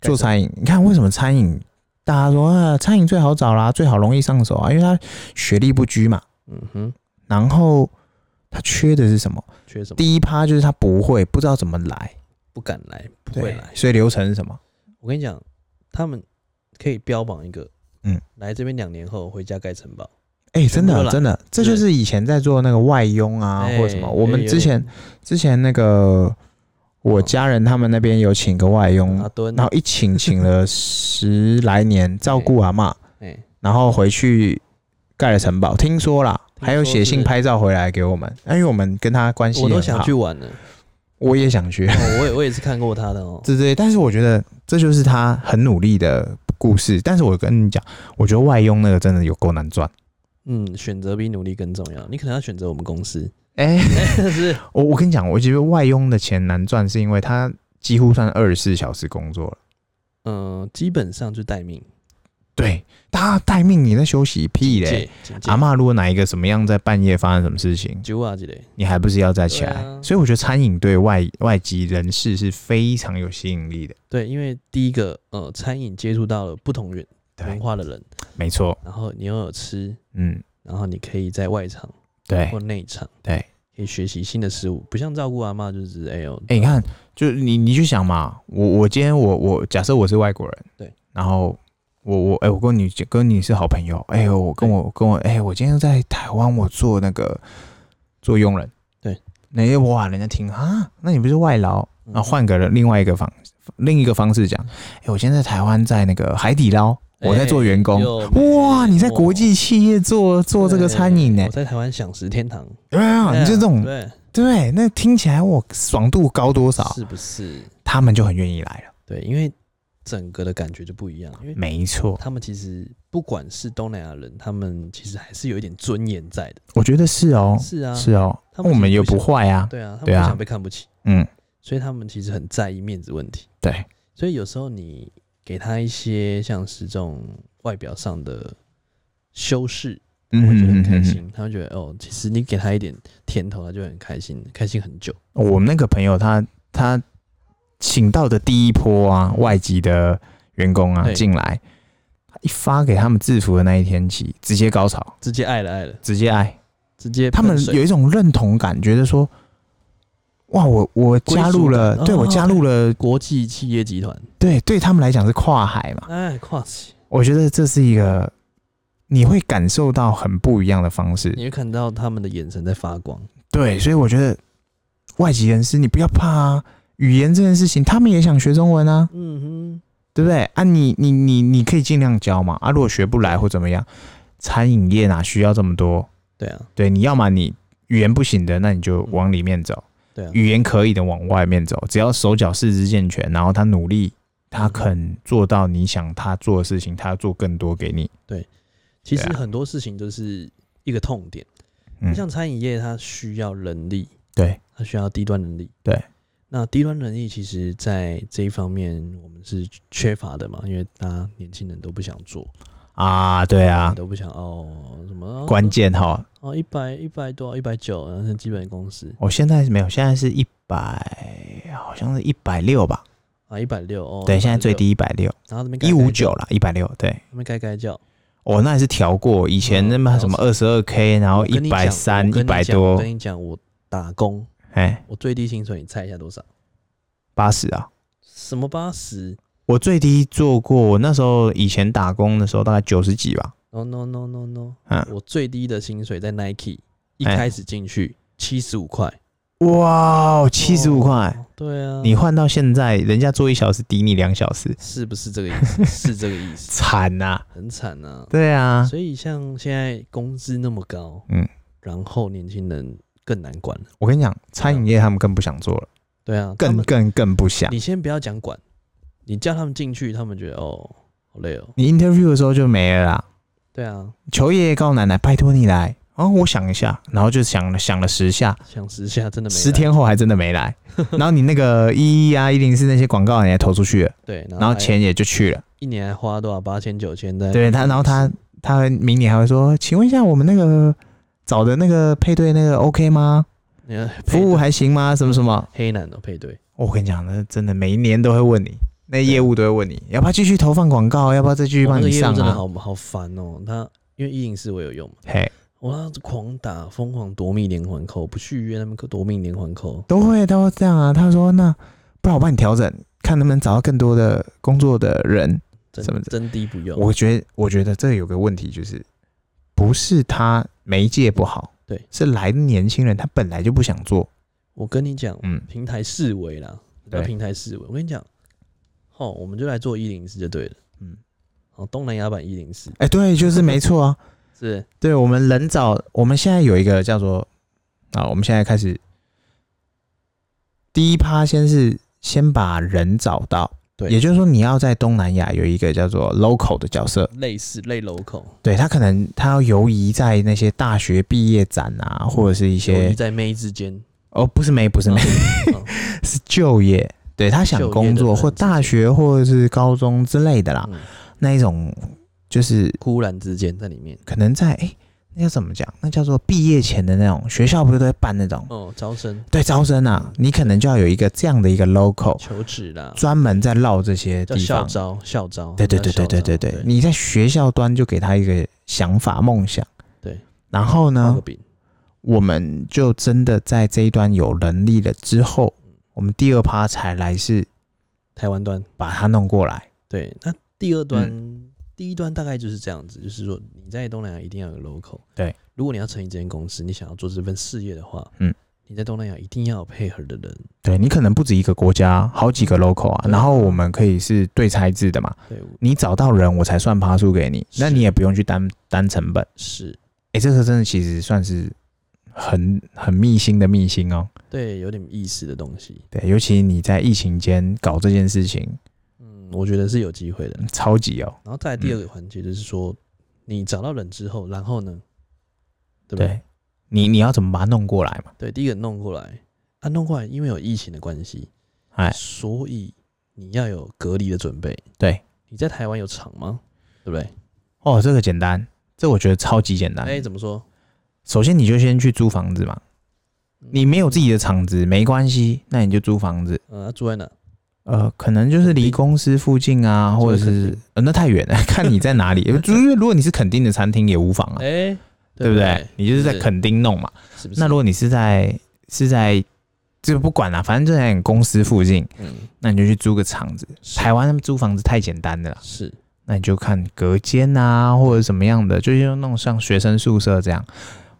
Speaker 2: 做餐饮。你看为什么餐饮大家说啊，餐饮最好找啦，最好容易上手啊，因为他学历不拘嘛，
Speaker 1: 嗯哼，
Speaker 2: 然后他缺的是什么？
Speaker 1: 缺什么？
Speaker 2: 第一趴就是他不会，不知道怎么来，
Speaker 1: 不敢来，不
Speaker 2: 对
Speaker 1: 会来。
Speaker 2: 所以流程是什么？
Speaker 1: 我跟你讲，他们可以标榜一个，
Speaker 2: 嗯，
Speaker 1: 来这边两年后回家盖城堡。
Speaker 2: 哎、真
Speaker 1: 全部都
Speaker 2: 的
Speaker 1: 来
Speaker 2: 真的，这就是以前在做那个外佣啊，
Speaker 1: 哎
Speaker 2: 或者什么。我们之前
Speaker 1: 有点
Speaker 2: 之前那个我家人他们那边有请个外佣，
Speaker 1: 阿敦
Speaker 2: 嗯然，后一请请了十来年，照顾阿嬷，
Speaker 1: 哎，
Speaker 2: 然后回去盖了城堡。听说啦，
Speaker 1: 听说
Speaker 2: 还有写信
Speaker 1: 是
Speaker 2: 拍照回来给我们，那因为我们跟他关系
Speaker 1: 我都
Speaker 2: 很
Speaker 1: 想
Speaker 2: 好
Speaker 1: 去，玩了。
Speaker 2: 我也想去，
Speaker 1: 哦，我也我也是看过他的哦。
Speaker 2: 对对。但是我觉得这就是他很努力的故事。但是我跟你讲，我觉得外佣那个真的有够难赚。
Speaker 1: 嗯，选择比努力更重要。你可能要选择我们公
Speaker 2: [laughs]
Speaker 1: 司，
Speaker 2: 哎、
Speaker 1: 但是
Speaker 2: 我我跟你讲，我觉得外佣的钱难赚，是因为他几乎算二十四小时工作了。
Speaker 1: 嗯，基本上就待命。
Speaker 2: 对，他待命，你在休息屁
Speaker 1: 警
Speaker 2: 嘞！
Speaker 1: 戒，警戒
Speaker 2: 阿，嬷如果哪一个什么样在半夜发生什么事情，
Speaker 1: 九啊之类。
Speaker 2: 你还不是要再起来？
Speaker 1: 对啊
Speaker 2: 所以我觉得餐饮对外外籍人士是非常有吸引力的。
Speaker 1: 对，因为第一个，呃，餐饮接触到了不同人文
Speaker 2: 对，
Speaker 1: 化的人，
Speaker 2: 没错，
Speaker 1: 然后你又有吃，
Speaker 2: 嗯，
Speaker 1: 然后你可以在外场
Speaker 2: 对
Speaker 1: 或内场
Speaker 2: 对。
Speaker 1: 可以学习新的事物，不像照顾阿妈就是哎呦，
Speaker 2: 哎、你看，就你你去想嘛，我我今天我我假设我是外国人，
Speaker 1: 对，然
Speaker 2: 然后我我哎、我跟你跟你是好朋友，哎、我跟我跟我哎、我今天在台湾我做那个做佣人，
Speaker 1: 对，
Speaker 2: 那哇，人家听啊，那你不是外劳？
Speaker 1: 嗯
Speaker 2: 啊，换个人另外一个方另一个方式讲，哎、我今天在台湾在那个海底捞，
Speaker 1: 哎
Speaker 2: 我在做员工。哇，你在国际企业做做这个餐饮呢
Speaker 1: 我？在台湾享食天堂，
Speaker 2: 有没有？你就这种
Speaker 1: 对
Speaker 2: 对，那听起来我爽度高多少？
Speaker 1: 是不是？
Speaker 2: 他们就很愿意来了。
Speaker 1: 对，因为整个的感觉就不一样，因为
Speaker 2: 没错，
Speaker 1: 他们其实不管是东南亚人，他们其实还是有一点尊严在的，
Speaker 2: 我觉得是哦，
Speaker 1: 是啊，
Speaker 2: 是哦，
Speaker 1: 他们
Speaker 2: 我们
Speaker 1: 其实
Speaker 2: 也
Speaker 1: 不
Speaker 2: 不坏啊。
Speaker 1: 对啊，他们
Speaker 2: 对
Speaker 1: 不
Speaker 2: 啊
Speaker 1: 想被看不起，
Speaker 2: 嗯，
Speaker 1: 所以他们其实很在意面子问题。
Speaker 2: 对，
Speaker 1: 所以有时候你给他一些像是这种外表上的修饰，
Speaker 2: 嗯
Speaker 1: 会觉得
Speaker 2: 嗯
Speaker 1: 很
Speaker 2: 嗯
Speaker 1: 开
Speaker 2: 嗯
Speaker 1: 心。他会觉得哦，其实你给他一点甜头，他就会很开心，开心很久。
Speaker 2: 嗯我们那个朋友他他请到的第一波啊，外籍的员工啊
Speaker 1: 对
Speaker 2: 进来，一发给他们制服的那一天起，直接高潮，
Speaker 1: 直接爱了爱了，
Speaker 2: 直接爱，
Speaker 1: 直接
Speaker 2: 他们
Speaker 1: 喷水
Speaker 2: 有一种认同感，觉得说，哇，我我
Speaker 1: 归属
Speaker 2: 加入了，
Speaker 1: 感
Speaker 2: 对
Speaker 1: 哦
Speaker 2: 我加入了，
Speaker 1: 国际企业集团，
Speaker 2: 对对他们来讲是跨海嘛，
Speaker 1: 哎，跨起，
Speaker 2: 我觉得这是一个你会感受到很不一样的方式，
Speaker 1: 你会看到他们的眼神在发光。
Speaker 2: 对，所以我觉得外籍人士你不要怕啊，语言这件事情他们也想学中文啊，
Speaker 1: 嗯
Speaker 2: 对不对？啊你，你你你可以尽量教嘛。啊，如果学不来或怎么样，餐饮业哪需要这么多？
Speaker 1: 哼，对啊，
Speaker 2: 对，你要么你语言不行的，那你就往里面走；
Speaker 1: 对啊，
Speaker 2: 语言可以的，往外面走。只要手脚四肢健全，然后他努力，他肯做到你想他做的事情，他做更多给你。
Speaker 1: 其实
Speaker 2: 对啊
Speaker 1: 很多事情都是一个痛点。
Speaker 2: 嗯，
Speaker 1: 像餐饮业，它需要人力，
Speaker 2: 对，
Speaker 1: 它需要低端人力。
Speaker 2: 对，
Speaker 1: 那低端人力其实在这一方面我们是缺乏的嘛，因为大家年轻人都不想做
Speaker 2: 啊，对啊，
Speaker 1: 都不想哦什么
Speaker 2: 关键哈，
Speaker 1: 哦一百一百多一百九，然后是基本工时
Speaker 2: 我现在是没有，现在是一百，好像是一百六吧？
Speaker 1: 啊一百六哦，
Speaker 2: 对，现在最
Speaker 1: 160，
Speaker 2: 低一百六，
Speaker 1: 然后这边改
Speaker 2: 一五
Speaker 1: 改
Speaker 2: 九
Speaker 1: 叫，
Speaker 2: 啦，一百六，对。
Speaker 1: 那边该该叫，
Speaker 2: 哦，那还是调过，以前
Speaker 1: 嗯
Speaker 2: 那么什么二十二 k，然后
Speaker 1: 我跟
Speaker 2: 一
Speaker 1: 你讲
Speaker 2: 百三、
Speaker 1: 我
Speaker 2: 一
Speaker 1: 跟你
Speaker 2: 百
Speaker 1: 讲我
Speaker 2: 多，
Speaker 1: 跟你讲，我打工，
Speaker 2: 哎，
Speaker 1: 我最低薪水，你猜一下多少？
Speaker 2: 八十啊！
Speaker 1: 什么八十
Speaker 2: 我最低做过，我那时候以前打工的时候大概九十几吧，
Speaker 1: ？No No No No No！
Speaker 2: 嗯，
Speaker 1: 我最低的薪水在 Nike，一
Speaker 2: 哎
Speaker 1: 开始进去七十五块，
Speaker 2: 哇，七十五
Speaker 1: 哦
Speaker 2: 块，。
Speaker 1: 对啊，
Speaker 2: 你换到现在，人家做一小时抵你两小时，
Speaker 1: 是不是这个意思？
Speaker 2: [laughs]
Speaker 1: 是这个意思，
Speaker 2: 惨呐、
Speaker 1: 很惨啊。
Speaker 2: 对啊，
Speaker 1: 所以像现在工资那么高，
Speaker 2: 嗯，
Speaker 1: 然后年轻人更难管了。
Speaker 2: 我跟你讲，餐饮业他们更不想做了，
Speaker 1: 对啊，他
Speaker 2: 更
Speaker 1: 们
Speaker 2: 更更不想。
Speaker 1: 你先不要讲管，你叫他们进去，他们觉得哦，好累哦。
Speaker 2: 你 interview 的时候就没了啦。
Speaker 1: 对啊，
Speaker 2: 求爷爷告奶奶，拜托你来。哦，我想一下，然后就想了想了十下，
Speaker 1: 想十下真的没
Speaker 2: 十
Speaker 1: 来
Speaker 2: 天后还真的
Speaker 1: [laughs]
Speaker 2: 没来，然后你那个一一啊一零四那些广告也投出去了，
Speaker 1: 对，然
Speaker 2: 然后
Speaker 1: 还
Speaker 2: 钱也就去了。
Speaker 1: 一年还花多少八千九千在
Speaker 2: 对他，然后他他明年还会说，请问一下我们那个找的那个配对那个 OK 吗？
Speaker 1: 你看
Speaker 2: 服务还行吗？什么什么？
Speaker 1: 黑男哦的配对，
Speaker 2: 我跟你讲，那真的每一年都会问你，那业务都会问你，要不要继续投放广告？要不要再继续
Speaker 1: 我
Speaker 2: 帮
Speaker 1: 那个
Speaker 2: 你
Speaker 1: 哦业务
Speaker 2: 上
Speaker 1: 真的
Speaker 2: 啊？
Speaker 1: 好好烦哦。他因为一零四我有用嘛，
Speaker 2: 嘿，
Speaker 1: 我那狂打疯狂夺命连环扣，不续约他们夺命连环扣，
Speaker 2: 都会都会这样啊。他说那不然我帮你调整，看能不能找到更多的工作的人。
Speaker 1: 真
Speaker 2: 什么
Speaker 1: 真低不用。
Speaker 2: 我觉得，我觉得这有个问题，就是不是他媒介不好，
Speaker 1: 对，
Speaker 2: 是来的年轻人他本来就不想做，
Speaker 1: 我跟你讲，
Speaker 2: 嗯，
Speaker 1: 平台四维啦，
Speaker 2: 对
Speaker 1: 叫平台四维。我跟你讲，哦，我们就来做一零四就对了。
Speaker 2: 嗯，
Speaker 1: 哦，东南亚版一零四
Speaker 2: 哎、对，
Speaker 1: 嗯
Speaker 2: 就是没错啊，
Speaker 1: 是
Speaker 2: 对我们人找，我们现在有一个叫做啊，我们现在开始第一趴，先是先把人找到，
Speaker 1: 对
Speaker 2: 也就是说你要在东南亚有一个叫做 local 的角色，
Speaker 1: 类似类 local，
Speaker 2: 对他可能他要游移在那些大学毕业展啊，或者是一
Speaker 1: 游移
Speaker 2: 些
Speaker 1: 在妹之间，
Speaker 2: 哦，不是没，不是没。
Speaker 1: 哦
Speaker 2: [laughs] 是就业，对他想工
Speaker 1: 就业的
Speaker 2: 作
Speaker 1: 人
Speaker 2: 或大学或者是高中之类的啦，
Speaker 1: 嗯，
Speaker 2: 那一种就是
Speaker 1: 忽然之间在里面，
Speaker 2: 可能在哎、诶那叫怎么讲？那叫做毕业前的那种学校不是都会办那种、
Speaker 1: 哦，招生、
Speaker 2: 对招生啊，你可能就要有一个这样的一个 local，
Speaker 1: 求职啦，
Speaker 2: 专门在绕这些
Speaker 1: 叫
Speaker 2: 地
Speaker 1: 校
Speaker 2: 方。
Speaker 1: 招，校招，
Speaker 2: 对对
Speaker 1: 他们
Speaker 2: 对
Speaker 1: 叫
Speaker 2: 对对对
Speaker 1: 校招
Speaker 2: 对，你在学校端就给他一个想法梦想，
Speaker 1: 对，
Speaker 2: 然后
Speaker 1: 画
Speaker 2: 呢
Speaker 1: 个，饼，
Speaker 2: 我们就真的在这一端有能力了之后，我们第二趴才来是
Speaker 1: 台湾端，
Speaker 2: 把它弄过来。
Speaker 1: 对，那第二端，
Speaker 2: 嗯
Speaker 1: 第一端大概就是这样子，就是说你在东南亚一定要有 local。
Speaker 2: 对，
Speaker 1: 如果你要成立这间公司，你想要做这份事业的话，
Speaker 2: 嗯，
Speaker 1: 你在东南亚一定要有配合的人。
Speaker 2: 对你可能不止一个国家，好几个 local 啊，
Speaker 1: 对啊
Speaker 2: 然后我们可以是对拆制的嘛，
Speaker 1: 对，
Speaker 2: 你找到人我才算趴数给你，
Speaker 1: 是
Speaker 2: 那你也不用去担担成本。
Speaker 1: 是，
Speaker 2: 哎、这个真的其实算是很很密心的密心哦。
Speaker 1: 对，有点意思的东西，
Speaker 2: 对，尤其你在疫情间搞这件事情，
Speaker 1: 嗯，我觉得是有机会的。
Speaker 2: 嗯超级哦。
Speaker 1: 然后再来第二个环节就是说，你找到人之后，然后呢，对不对？
Speaker 2: 对，你你要怎么把它弄过来嘛？
Speaker 1: 对，第一个弄过来，啊，弄过来，因为有疫情的关系，
Speaker 2: 哎，
Speaker 1: 所以你要有隔离的准备。
Speaker 2: 对，
Speaker 1: 你在台湾有厂吗？对不对？
Speaker 2: 哦，这个简单，这我觉得超级简单。
Speaker 1: 哎、怎么说？
Speaker 2: 首先你就先去租房子嘛，你没有自己的厂子没关系，那你就租房子。
Speaker 1: 嗯、他住在哪？
Speaker 2: 呃，可能就是离
Speaker 1: 定
Speaker 2: 公司附近啊，
Speaker 1: 住
Speaker 2: 或者
Speaker 1: 在垦
Speaker 2: 是、呃、那太远了， [laughs] 看你在哪里。就是如果你是垦丁的餐厅也无妨啊，
Speaker 1: 哎、不
Speaker 2: 对不对？你就是在，垦丁弄嘛。
Speaker 1: 是不是？
Speaker 2: 那如果你是在是在就不管了、反正就在你公司附近，
Speaker 1: 嗯，
Speaker 2: 那你就去租个厂子。
Speaker 1: 是
Speaker 2: 台湾租房子太简单了啦，
Speaker 1: 是
Speaker 2: 那你就看隔间啊或者什么样的，就是弄像学生宿舍这样。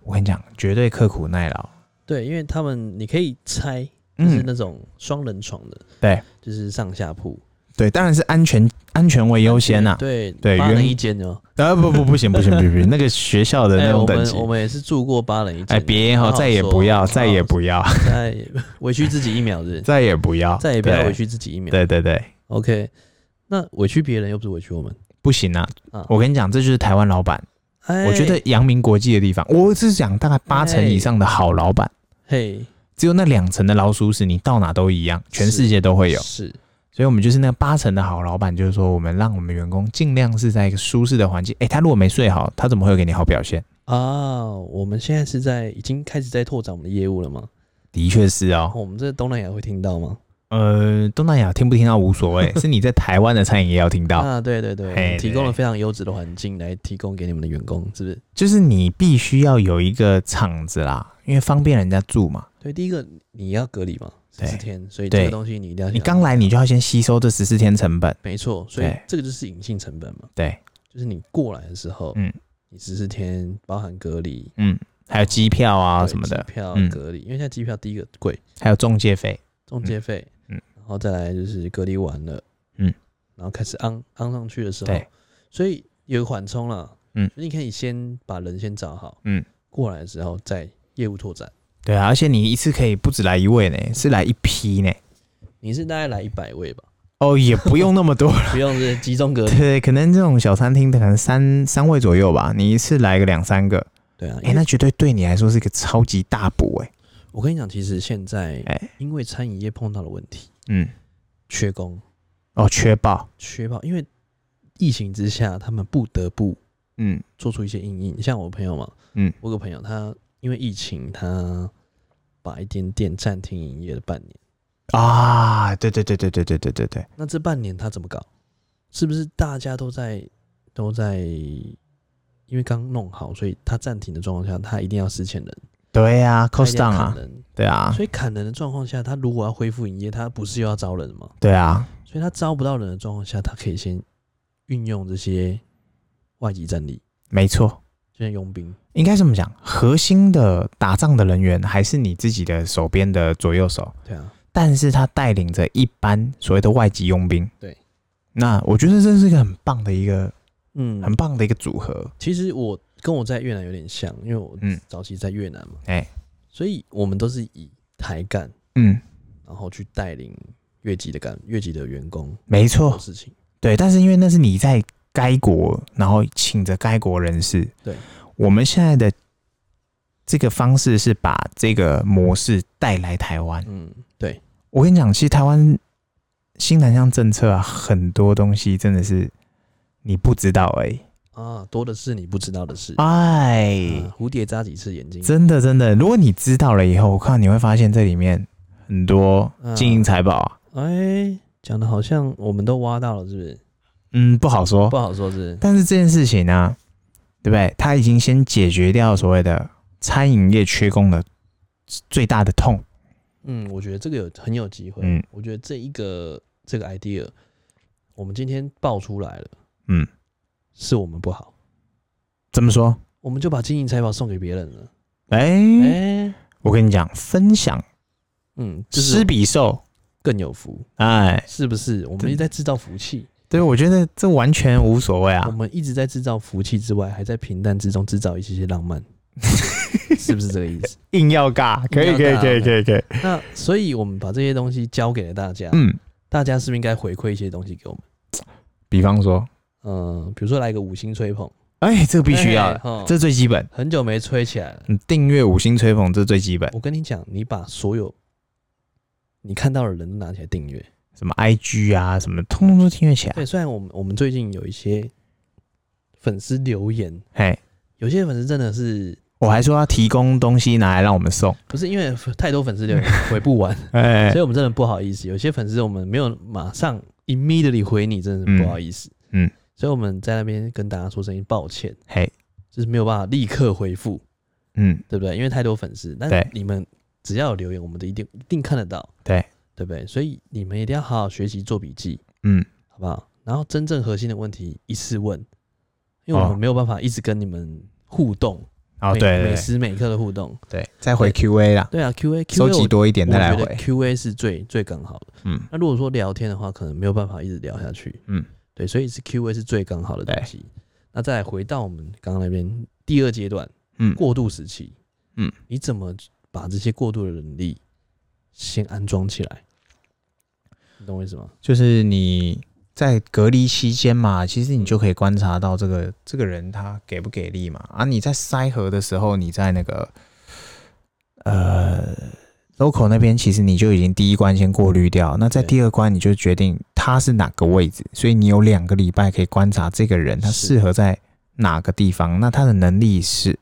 Speaker 2: 我跟你讲，绝对刻苦耐劳。
Speaker 1: 对，因为他们你可以猜，就是
Speaker 2: 嗯，
Speaker 1: 那种双人床的，
Speaker 2: 对，
Speaker 1: 就是上下铺
Speaker 2: 对，当然是安全安全为优先呐、啊。
Speaker 1: 对
Speaker 2: 对
Speaker 1: 八
Speaker 2: 原
Speaker 1: 人一间哦。
Speaker 2: 啊不不不行不行不行不行，那个学校的那
Speaker 1: 哎，
Speaker 2: 种
Speaker 1: 我
Speaker 2: 等级
Speaker 1: 们我，们也是住过八人一间的。
Speaker 2: 哎别
Speaker 1: 好
Speaker 2: 哦，
Speaker 1: 好
Speaker 2: 再也
Speaker 1: 说
Speaker 2: 不要
Speaker 1: 好好
Speaker 2: 再也不要
Speaker 1: [laughs] 再也委屈自己一秒是不是，
Speaker 2: [laughs] 再也不要
Speaker 1: 再也不要
Speaker 2: 对
Speaker 1: 委屈自己一秒。
Speaker 2: 对对对，
Speaker 1: OK，那委屈别人又不是委屈我们。
Speaker 2: 不行啊
Speaker 1: 啊！
Speaker 2: 我跟你讲，这就是台湾老板，
Speaker 1: 哎
Speaker 2: 我觉得阳明国际的地方，我是讲大概八成以上的好老板，
Speaker 1: 嘿，
Speaker 2: 只有那两成的老鼠屎，你到哪都一样，全世界都会有。
Speaker 1: 是
Speaker 2: 所以我们就是那八成的好老板，就是说我们让我们员工尽量是在一个舒适的环境。诶，哎他如果没睡好，他怎么会有给你好表现？
Speaker 1: 啊，我们现在是在已经开始在拓展我们的业务了吗？
Speaker 2: 的确是哦，
Speaker 1: 我们这东南亚会听到吗？
Speaker 2: 呃，东南亚听不听到无
Speaker 1: [laughs]
Speaker 2: 所谓，是你在台湾的餐饮也要听到，
Speaker 1: 啊，对对对，我
Speaker 2: 嘿
Speaker 1: 们提供了
Speaker 2: 对
Speaker 1: 非常优质的环境来提供给你们的员工，是不是？
Speaker 2: 就是你必须要有一个场子啦，因为方便人家住嘛。
Speaker 1: 对，第一个你要隔离嘛，十
Speaker 2: 对
Speaker 1: 四天，所以这个
Speaker 2: 对
Speaker 1: 东西你一定要
Speaker 2: 你
Speaker 1: 想
Speaker 2: 刚来你就要先吸收这十四天成本，
Speaker 1: 没错，所以
Speaker 2: 对
Speaker 1: 这个就是隐性成本嘛，
Speaker 2: 对，
Speaker 1: 就是你过来的时候，
Speaker 2: 嗯
Speaker 1: 你十四天包含隔离
Speaker 2: 嗯，还有机票啊
Speaker 1: 对
Speaker 2: 什么的，
Speaker 1: 机票
Speaker 2: 嗯
Speaker 1: 隔离，因为现在机票第一个贵，
Speaker 2: 还有中介费，
Speaker 1: 中介费，
Speaker 2: 嗯，
Speaker 1: 然后再来就是隔离完了，
Speaker 2: 嗯，
Speaker 1: 然后开始昂昂上去的时候
Speaker 2: 对，
Speaker 1: 所以有个缓冲了，
Speaker 2: 嗯
Speaker 1: 所以你可以先把人先找好，
Speaker 2: 嗯，
Speaker 1: 过来的时候再业务拓展。
Speaker 2: 对啊，而且你一次可以不止来一位呢，是来一批呢。
Speaker 1: 你是大概来一百位吧，
Speaker 2: 哦，也不用那么多，
Speaker 1: 不用是集中隔
Speaker 2: [laughs]
Speaker 1: 离。
Speaker 2: 对，可能这种小餐厅的可能三三位左右吧，你一次来个两三个，
Speaker 1: 对啊，
Speaker 2: 哎、
Speaker 1: 因为
Speaker 2: 那绝对对你来说是个超级大补哎、
Speaker 1: 我跟你讲，其实现在
Speaker 2: 哎
Speaker 1: 因为餐饮业碰到的问题，
Speaker 2: 嗯，
Speaker 1: 缺工、
Speaker 2: 哦，缺爆，
Speaker 1: 缺爆，因为疫情之下，他们不得不
Speaker 2: 嗯
Speaker 1: 做出一些应应。像我朋友嘛，
Speaker 2: 嗯，
Speaker 1: 我有个朋友他因为疫情，他把一间店暂停营业了半年。
Speaker 2: 啊，对对对对对对对对对，
Speaker 1: 那这半年他怎么搞？是不是大家都在都在因为刚弄好，所以他暂停的状况下，他一定要私遣人
Speaker 2: 对呀、啊、
Speaker 1: 他一
Speaker 2: ，cost
Speaker 1: 定要
Speaker 2: down
Speaker 1: 砍
Speaker 2: 啊，
Speaker 1: 人。
Speaker 2: 对啊，
Speaker 1: 所以砍人的状况下，他如果要恢复营业，他不是又要招人吗？
Speaker 2: 对啊，
Speaker 1: 所以他招不到人的状况下，他可以先运用这些外籍战力，
Speaker 2: 没错，
Speaker 1: 就像佣兵。
Speaker 2: 应该这么讲，核心的打仗的人员还是你自己的手边的左右手，
Speaker 1: 对啊，
Speaker 2: 但是他带领着一班所谓的外籍佣兵，
Speaker 1: 对，
Speaker 2: 那我觉得这是一个很棒的一个
Speaker 1: 嗯，
Speaker 2: 很棒的一个组合，
Speaker 1: 其实我跟我在越南有点像，因为我
Speaker 2: 嗯
Speaker 1: 早期在越南嘛，
Speaker 2: 哎
Speaker 1: 所以我们都是以台干，
Speaker 2: 嗯，
Speaker 1: 然后去带领越级的干越级的员工
Speaker 2: 没
Speaker 1: 做
Speaker 2: 错，
Speaker 1: 事情。
Speaker 2: 对，但是因为那是你在该国，然后请着该国人士，
Speaker 1: 对，
Speaker 2: 我们现在的这个方式是把这个模式带来台湾。
Speaker 1: 嗯，对，
Speaker 2: 我跟你讲，其实台湾新南向政策啊，很多东西真的是你不知道而已。
Speaker 1: 啊，多的是你不知道的事。
Speaker 2: 哎，
Speaker 1: 啊蝴蝶扎几次眼睛，
Speaker 2: 真的真的，如果你知道了以后，我看你会发现这里面很多
Speaker 1: 嗯
Speaker 2: 金银财宝啊，
Speaker 1: 哎，讲的好像我们都挖到了，是不是？
Speaker 2: 嗯，不好说
Speaker 1: 不。好说，是不是。
Speaker 2: 但是这件事情呢、啊对不对？他已经先解决掉所谓的餐饮业缺工的最大的痛。
Speaker 1: 嗯，我觉得这个有很有机会。
Speaker 2: 嗯
Speaker 1: 我觉得这一个这个 idea，我们今天爆出来了，
Speaker 2: 嗯，
Speaker 1: 是我们不好，
Speaker 2: 怎么说？
Speaker 1: 我们就把金银财宝送给别人了。
Speaker 2: 哎、
Speaker 1: 哎、
Speaker 2: 我跟你讲，分享
Speaker 1: 嗯，就是
Speaker 2: 施比受。
Speaker 1: 更有福，
Speaker 2: 哎，
Speaker 1: 是不是？我们
Speaker 2: 真
Speaker 1: 一直在制造福气，
Speaker 2: 对，我觉得这完全无所谓
Speaker 1: 我
Speaker 2: 啊。
Speaker 1: 们一直在制造福气之外，还在平淡之中制造一些些浪 [laughs] 漫，是不是这个意思？
Speaker 2: 硬要尬，可以，
Speaker 1: 硬
Speaker 2: 可
Speaker 1: 要
Speaker 2: 以，
Speaker 1: 尬
Speaker 2: 可以，可以，可以。
Speaker 1: [laughs] 那所以我们把这些东西交给了大家，
Speaker 2: 嗯，
Speaker 1: 大家是不是应该回馈一些东西给我们？
Speaker 2: 比方说，
Speaker 1: 嗯、比如说来个五星吹捧，
Speaker 2: 哎，这个必须要
Speaker 1: 嘿
Speaker 2: 的，
Speaker 1: 嘿齁
Speaker 2: 这最基本。
Speaker 1: 很久没吹起来了。
Speaker 2: 你订阅五星吹捧，这最基本。
Speaker 1: 我跟你讲，你把所有你看到的人都拿起来订阅。哎
Speaker 2: 什么 IG 啊，什么通通都订阅起来。
Speaker 1: 对，虽然我们我们最近有一些粉丝留言，
Speaker 2: 嘿，
Speaker 1: 有些粉丝真的是
Speaker 2: 我还说要提供东西拿来让我们送，
Speaker 1: 不是因为太多粉丝留言回不完，
Speaker 2: [laughs] 哎
Speaker 1: 所以我们真的不好意思。有些粉丝我们没有马上 immediately 回你，真的是不好意思。
Speaker 2: 嗯嗯
Speaker 1: 所以我们在那边跟大家说声音抱歉，
Speaker 2: 嘿，
Speaker 1: 就是没有办法立刻回复，
Speaker 2: 嗯，
Speaker 1: 对不对？因为太多粉丝，但
Speaker 2: 对
Speaker 1: 你们只要有留言，我们都一定一定看得到，
Speaker 2: 对
Speaker 1: 对不对？所以你们一定要好好学习做笔记，
Speaker 2: 嗯，
Speaker 1: 好不好？然后真正核心的问题一次问，因为我
Speaker 2: 哦
Speaker 1: 们没有办法一直跟你们互动，
Speaker 2: 哦，
Speaker 1: 每
Speaker 2: 对对
Speaker 1: 每
Speaker 2: 对
Speaker 1: 时每刻的互动。
Speaker 2: 对，再回 Q&A 啦，
Speaker 1: 对啊，Q A Q
Speaker 2: 收
Speaker 1: A
Speaker 2: 集
Speaker 1: 我
Speaker 2: 多一点
Speaker 1: 我
Speaker 2: 再来
Speaker 1: 觉得
Speaker 2: 回，
Speaker 1: Q A 是最最刚好的。
Speaker 2: 嗯，
Speaker 1: 那如果说聊天的话，可能没有办法一直聊下去。
Speaker 2: 嗯，
Speaker 1: 对，所以是 Q A 是最刚好的东西。那再来回到我们刚刚那边第二阶段，
Speaker 2: 嗯
Speaker 1: 过渡时期，
Speaker 2: 嗯，
Speaker 1: 你怎么把这些过渡的能力先安装起来？你懂我意思吗？
Speaker 2: 就是你在隔离期间嘛，
Speaker 1: 嗯
Speaker 2: 其实你就可以观察到这个这个人他给不给力嘛。啊，你在筛核的时候，你在那个呃 local 那边，其实你就已经第一关先过滤掉，那在
Speaker 1: 对
Speaker 2: 第二关你就决定他是哪个位置，所以你有两个礼拜可以观察这个人他
Speaker 1: 是
Speaker 2: 适合在哪个地方，那他的能力是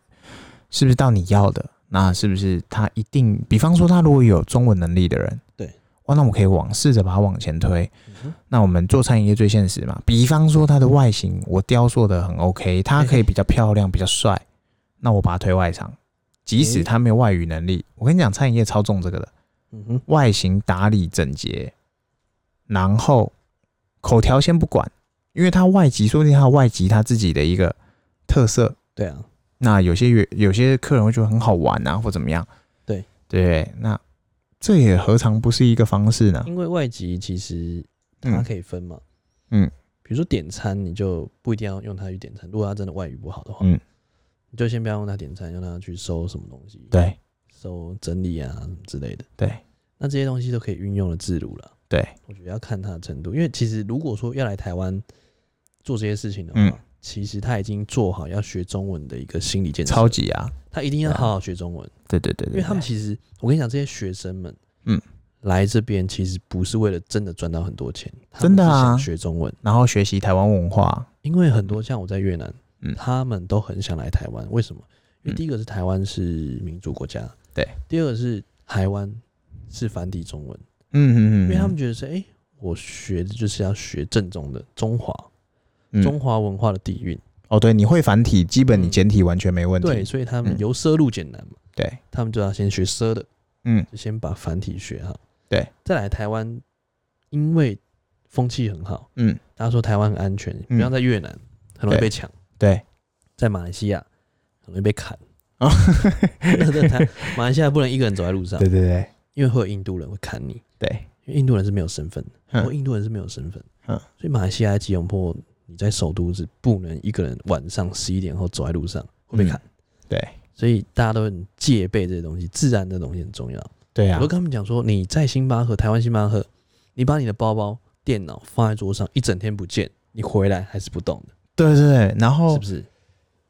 Speaker 2: 是不是到你要的？那是不是他一定？比方说，他如果有中文能力的人，
Speaker 1: 对，
Speaker 2: 哇，那我们可以往试着把他往前推。
Speaker 1: 嗯哼
Speaker 2: 那我们做餐饮业最现实嘛，比方说它的外形，我雕塑的很 OK，它可以比较漂亮、比较帅，那我把它推外场，即使他没有外语能力，我跟你讲，餐饮业超重这个的，
Speaker 1: 嗯哼，
Speaker 2: 外形打理整洁，然后口条先不管，因为它外籍，说不定它的外籍它自己的一个特色，
Speaker 1: 对啊，
Speaker 2: 那有些有有些客人会觉得很好玩啊，或怎么样，
Speaker 1: 对
Speaker 2: 对，那这也何尝不是一个方式呢？
Speaker 1: 因为外籍其实它
Speaker 2: 啊嗯
Speaker 1: 可以分嘛，
Speaker 2: 嗯，
Speaker 1: 比如说点餐，你就不一定要用它去点餐，如果他真的外语不好的话，
Speaker 2: 嗯，
Speaker 1: 你就先不要用它点餐，用它去收什么东西，
Speaker 2: 对
Speaker 1: 收整理啊什么之类的，
Speaker 2: 对
Speaker 1: 那这些东西都可以运用的自如了。
Speaker 2: 对，
Speaker 1: 我觉得要看它的程度，因为其实如果说要来台湾做这些事情的话，
Speaker 2: 嗯
Speaker 1: 其实他已经做好要学中文的一个心理建设，
Speaker 2: 超，级啊，
Speaker 1: 他一定要好好学中文，
Speaker 2: 对对对对，
Speaker 1: 因为他们
Speaker 2: 对
Speaker 1: 其实我跟你讲，这些学生们，
Speaker 2: 嗯，
Speaker 1: 来这边其实不是为了真的赚到很多钱，他们
Speaker 2: 真的啊
Speaker 1: 是想学中文，
Speaker 2: 然后学习台湾文化，
Speaker 1: 因为很多像我在越南，
Speaker 2: 嗯
Speaker 1: 他们都很想来台湾，为什么？因为
Speaker 2: 嗯
Speaker 1: 第一个是台湾是民主国家，
Speaker 2: 对，
Speaker 1: 第二个是台湾是繁体中文。
Speaker 2: 嗯嗯嗯，
Speaker 1: 因为他们觉得是，哎、我学的就是要学正宗的中华、
Speaker 2: 嗯
Speaker 1: 中华文化的底蕴，
Speaker 2: 哦，对，你会繁体，基本你
Speaker 1: 嗯
Speaker 2: 简体完全没问题，
Speaker 1: 对，所以他们
Speaker 2: 嗯
Speaker 1: 由奢入俭难嘛，
Speaker 2: 对，
Speaker 1: 他们就要先学奢的，
Speaker 2: 嗯，
Speaker 1: 就先把繁体学好，
Speaker 2: 对，
Speaker 1: 再来台湾，因为风气很好，
Speaker 2: 嗯，
Speaker 1: 大家说台湾很安全，不
Speaker 2: 嗯
Speaker 1: 像在越南很容易
Speaker 2: 对
Speaker 1: 被抢，
Speaker 2: 对，
Speaker 1: 在马来西亚很容易被砍，
Speaker 2: 哦
Speaker 1: [laughs] 那在台马来西亚不能一个人走在路上
Speaker 2: [laughs] 对，对对
Speaker 1: 因为会有印度人会砍你，
Speaker 2: 对，
Speaker 1: 因为印度人是没有身份的，
Speaker 2: 嗯
Speaker 1: 很多印度人是没有身份，
Speaker 2: 嗯
Speaker 1: 所以马来西亚吉隆坡，你在首都是不能一个人晚上十一点后走在路上会被砍，
Speaker 2: 嗯对
Speaker 1: 所以大家都很戒备这些东西，自然的东西很重要。
Speaker 2: 对
Speaker 1: 我
Speaker 2: 啊
Speaker 1: 都，跟他们讲说，你在星巴克，台湾星巴克，你把你的包包、电脑放在桌上一整天不见，你回来还是不动的，
Speaker 2: 对对对，然
Speaker 1: 是
Speaker 2: 后
Speaker 1: 不是？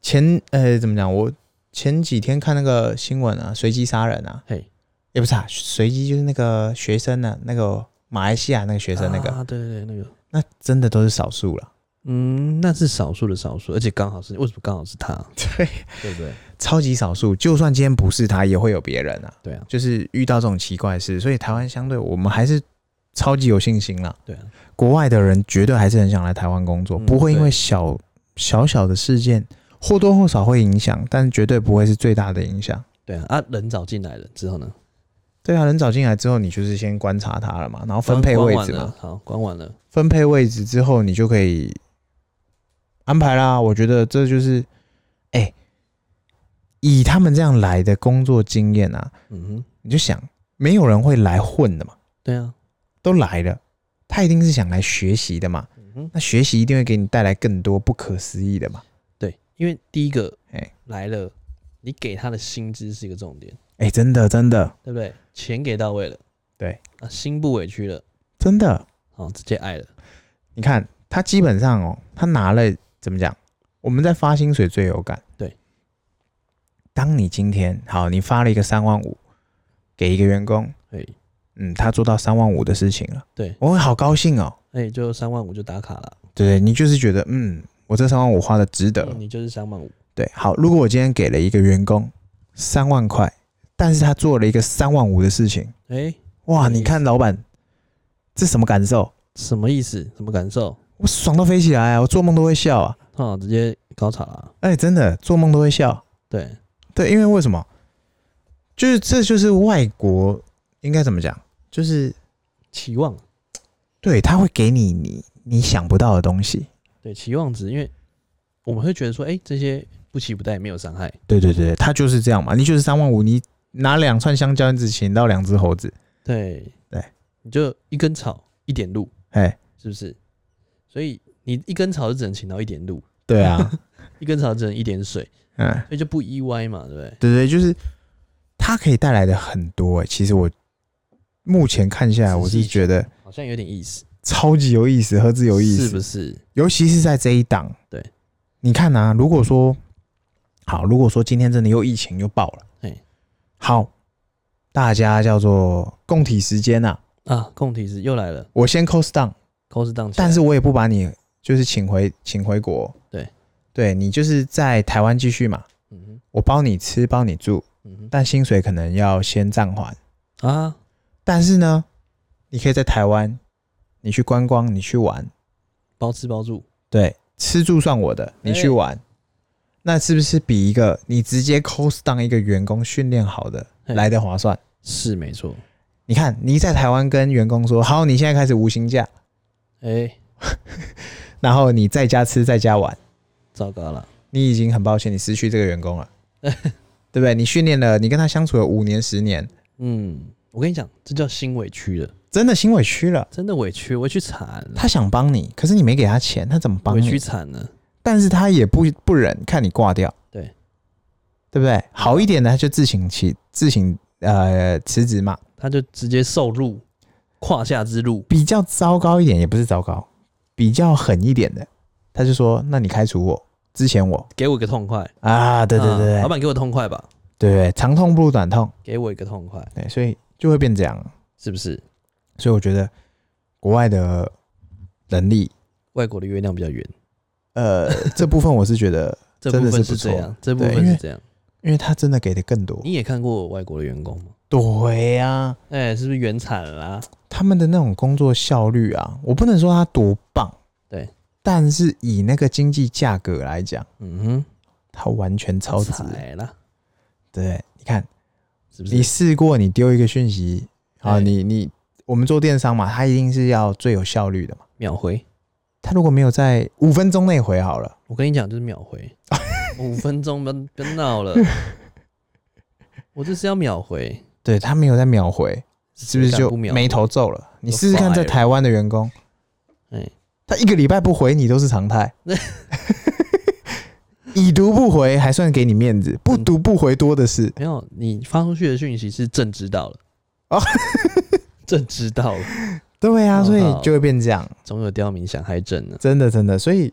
Speaker 2: 前呃怎么讲，我前几天看那个新闻啊，随机杀人啊，
Speaker 1: 嘿，
Speaker 2: 也不是啊，随机就是那个学生呢、啊，那个马来西亚那个学生那个，
Speaker 1: 啊，对对对，那个，
Speaker 2: 那真的都是少数了，
Speaker 1: 嗯，那是少数的少数，而且刚好是为什么刚好是他，
Speaker 2: [laughs] 对，
Speaker 1: 对不对？
Speaker 2: 超级少数，就算今天不是他，也会有别人啊。
Speaker 1: 对啊，
Speaker 2: 就是遇到这种奇怪的事，所以台湾相对我们还是超级有信心啦。
Speaker 1: 对啊，
Speaker 2: 国外的人绝对还是很想来台湾工作，
Speaker 1: 嗯
Speaker 2: 不会因
Speaker 1: 对
Speaker 2: 为小小小的事件或多或少会影响，但绝对不会是最大的影响。
Speaker 1: 对啊，啊，人找进来了之后呢？
Speaker 2: 对啊，人找进来之后，你就是先观察他了嘛，然后分配位置
Speaker 1: 关完了
Speaker 2: 嘛，，
Speaker 1: 好，关完了，
Speaker 2: 分配位置之后，你就可以安排啦。我觉得这就是，哎、以他们这样来的工作经验啊，
Speaker 1: 嗯哼，
Speaker 2: 你就想，没有人会来混的嘛。
Speaker 1: 对啊，
Speaker 2: 都来了，他一定是想来学习的嘛。
Speaker 1: 嗯哼，
Speaker 2: 那学习一定会给你带来更多不可思议的嘛。
Speaker 1: 对，因为第一个，
Speaker 2: 哎
Speaker 1: 来了，你给他的薪资是一个重点，
Speaker 2: 哎、真的，真的，
Speaker 1: 对不对？钱给到位了，
Speaker 2: 对，
Speaker 1: 啊，心不委屈了，
Speaker 2: 真的，
Speaker 1: 哦，直接爱了，
Speaker 2: 你看他基本上哦，他拿了怎么讲？我们在发薪水最有感。
Speaker 1: 对，
Speaker 2: 当你今天好，你发了一个三万五给一个员工，
Speaker 1: 哎
Speaker 2: 嗯，他做到三万五的事情了，
Speaker 1: 对
Speaker 2: 我会好高兴哦。
Speaker 1: 哎，就三万五就打卡了，
Speaker 2: 对，你就是觉得，嗯，我这三万五花的值得。
Speaker 1: 你就是三万五，
Speaker 2: 对，好，如果我今天给了一个员工三万块，但是他做了一个三万五的事情，
Speaker 1: 哎，
Speaker 2: 哇，
Speaker 1: 什么意
Speaker 2: 你看老板这什么感受？
Speaker 1: 什么意思？什么感受？
Speaker 2: 我爽到飞起来啊！我做梦都会笑啊！
Speaker 1: 啊，直接高潮啊！
Speaker 2: 哎、真的做梦都会笑。
Speaker 1: 对，
Speaker 2: 对，因为为什么？就是这就是外国应该怎么讲？就是
Speaker 1: 期望，
Speaker 2: 对他会给你你你想不到的东西。
Speaker 1: 对期望值，因为我们会觉得说，哎、这些不期不待，没有伤害，
Speaker 2: 对对对，他就是这样嘛。你就是三万五，你拿两串香蕉，你只请到两只猴子。
Speaker 1: 对
Speaker 2: 对，
Speaker 1: 你就一根草一点路，
Speaker 2: 哎，
Speaker 1: 是不是？所以你一根草就只能请到一点路，
Speaker 2: 对啊，
Speaker 1: 一根草只能一点水，
Speaker 2: 嗯，
Speaker 1: 所以就不意外嘛，对不对？
Speaker 2: 对对，就是它可以带来的很多、欸。其实我目前看下来，我是觉得
Speaker 1: 好像有点意思，
Speaker 2: 超级有意思，何止有意思，
Speaker 1: 是不是？
Speaker 2: 尤其是在这一档，
Speaker 1: 对，
Speaker 2: 你看啊，如果说好，如果说今天真的又疫情又爆了，
Speaker 1: 哎
Speaker 2: 好，大家叫做共体时间呐、啊，
Speaker 1: 啊，共体是又来了
Speaker 2: 我先 cost down，
Speaker 1: 啊，cos 档，
Speaker 2: 但是我也不把你就是请回请回国，
Speaker 1: 对，
Speaker 2: 对你就是在台湾继续嘛，
Speaker 1: 嗯
Speaker 2: 我包你吃包你住，
Speaker 1: 哼，嗯
Speaker 2: 但薪水可能要先暂缓，
Speaker 1: 哼，啊，
Speaker 2: 但是呢，你可以在台湾，你去观光，你去玩，
Speaker 1: 包吃包住，
Speaker 2: 对，吃住算我的，你去
Speaker 1: 哎
Speaker 2: 玩，那是不是比一个你直接 cost down 一个员工训练好的
Speaker 1: 嘿
Speaker 2: 来的划算？
Speaker 1: 是没错，
Speaker 2: 你看，你在台湾跟员工说，好，你现在开始无薪假，
Speaker 1: 哎、
Speaker 2: 然后你在家吃，在家玩，
Speaker 1: 糟糕了，
Speaker 2: 你已经很抱歉，你失去这个员工了，对不对？你训练了，你跟他相处了五年、十年，
Speaker 1: 嗯，我跟你讲，这叫心委屈了，
Speaker 2: 真的心委屈了。
Speaker 1: 真的委屈，委屈惨了，
Speaker 2: 他想帮你，可是你没给他钱，他怎么帮
Speaker 1: 委
Speaker 2: 你
Speaker 1: 屈？惨了，
Speaker 2: 但是他也不不忍看你挂掉，
Speaker 1: 对
Speaker 2: 对不对？好一点的他就自行其自行呃辞职嘛，
Speaker 1: 他就直接受辱，胯下之辱，
Speaker 2: 比较糟糕一点也不是糟糕，比较狠一点的，他就说：“那你开除我，之前我
Speaker 1: 给我一个痛快，
Speaker 2: 啊，对对
Speaker 1: 啊
Speaker 2: 对
Speaker 1: 老
Speaker 2: 对
Speaker 1: 板给我痛快吧，
Speaker 2: 对对，长痛不如短痛，
Speaker 1: 给我一个痛快，
Speaker 2: 对，所以就会变这样。
Speaker 1: 是不是？
Speaker 2: 所以我觉得国外的能力，
Speaker 1: 外国的月亮比较圆，
Speaker 2: 呃，这部分我是觉得，
Speaker 1: 这部
Speaker 2: 真的
Speaker 1: 分
Speaker 2: 是不
Speaker 1: 这
Speaker 2: 错
Speaker 1: 样，这部
Speaker 2: 对
Speaker 1: 分
Speaker 2: 因
Speaker 1: 是
Speaker 2: 为
Speaker 1: 这样。
Speaker 2: 因为他真的给的更多。
Speaker 1: 你也看过外国的员工吗？
Speaker 2: [laughs] 对啊呀、
Speaker 1: 哎、是不是圆惨了啊？
Speaker 2: 他们的那种工作效率啊，我不能说他多棒，
Speaker 1: 对，
Speaker 2: 但是以那个经济价格来讲，
Speaker 1: 嗯
Speaker 2: 他完全
Speaker 1: 哼，
Speaker 2: 超值。
Speaker 1: 惨了，
Speaker 2: 对，你看。
Speaker 1: 是不
Speaker 2: 你
Speaker 1: 是？
Speaker 2: 试过，你丢一个讯息啊，
Speaker 1: 对
Speaker 2: 你你我们做电商嘛，它一定是要最有效率的嘛。
Speaker 1: 秒回，
Speaker 2: 他如果没有在五分钟内回好了，
Speaker 1: 我跟你讲，就是秒回， [laughs] 五分钟不要不要闹了，我就是要秒回，
Speaker 2: 对他没有在秒回， [laughs] 是不是
Speaker 1: 谁敢
Speaker 2: 就
Speaker 1: 不秒回
Speaker 2: 没头皱了？你
Speaker 1: 就
Speaker 2: 试试看，
Speaker 1: fire
Speaker 2: 在台湾的员工，
Speaker 1: 哎
Speaker 2: 他一个礼拜不回你都是
Speaker 1: [laughs]
Speaker 2: 常态。已读不回还算给你面
Speaker 1: 嗯
Speaker 2: 子，不读不回多的是。
Speaker 1: 没有，你发出去的讯息是朕知道了，
Speaker 2: 哦，
Speaker 1: 朕知道了，
Speaker 2: 对啊，
Speaker 1: 好
Speaker 2: 所以
Speaker 1: 哦好
Speaker 2: 就会变这样，
Speaker 1: 总有刁民想害朕呢。
Speaker 2: 真的真的，所以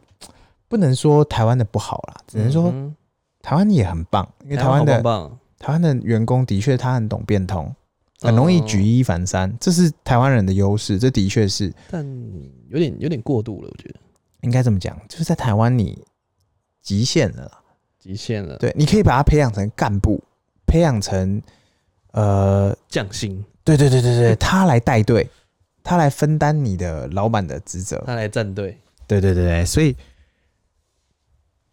Speaker 2: 不能说台湾的不好啦，只能说
Speaker 1: 嗯
Speaker 2: 台湾也很棒，
Speaker 1: 哼
Speaker 2: 因为台湾的
Speaker 1: 好棒棒
Speaker 2: 台湾的员工的确他很懂变通，
Speaker 1: 哦
Speaker 2: 很容易举一反三，这是台湾人的优势，这的确是
Speaker 1: 但有点有点过度了，我觉得
Speaker 2: 应该这么讲，就是在台湾你极限了啦，
Speaker 1: 极限了，
Speaker 2: 对，你可以把他培养成干部，培养成呃，
Speaker 1: 匠心，
Speaker 2: 对对对对对，他来带队，他来分担你的老板的职责，
Speaker 1: 他来站队，
Speaker 2: 对对对对，所以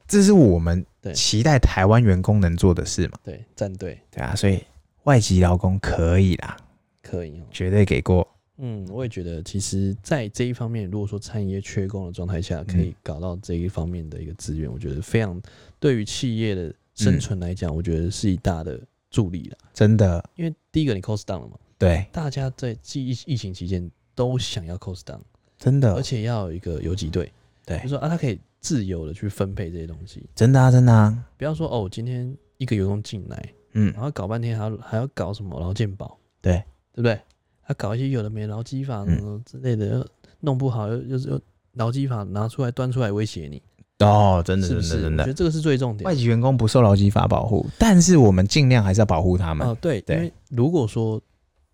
Speaker 2: 这是我们
Speaker 1: 对
Speaker 2: 期待台湾员工能做的事嘛，
Speaker 1: 对，站队
Speaker 2: 对啊，所以外籍劳工可以啦，
Speaker 1: 可以哦。
Speaker 2: 绝对给过，
Speaker 1: 嗯，我也觉得，其实，在这一方面，如果说餐饮业缺工的状态下，可以搞到这一方面的一个资源，我觉得非常对于企业的生存来讲，我觉得是一大的助力啦。
Speaker 2: 真的，
Speaker 1: 因为第一个你 cost down 了嘛，
Speaker 2: 对，
Speaker 1: 大家在疫疫情期间都想要 cost down，
Speaker 2: 真的，
Speaker 1: 而且要有一个游击队，
Speaker 2: 对
Speaker 1: 就说啊，他可以自由的去分配这些东西，
Speaker 2: 真的啊，真的啊，
Speaker 1: 不要说哦，我今天一个员工进来，
Speaker 2: 嗯
Speaker 1: 然，后搞半天还要还要搞什么劳健保，
Speaker 2: 对嗯
Speaker 1: 对不对？还搞一些有的没的劳基法什么之类的，又弄不好又又是又劳基法拿出来端出来威胁你，
Speaker 2: 哦，真的，
Speaker 1: 是
Speaker 2: 真
Speaker 1: 不是？
Speaker 2: 的，真
Speaker 1: 我觉
Speaker 2: 的
Speaker 1: 得，这个是最重点
Speaker 2: 外。籍员工不受劳基法保护，但是我们尽量还是要保护他们。
Speaker 1: 哦，对，
Speaker 2: 对
Speaker 1: 因为如果说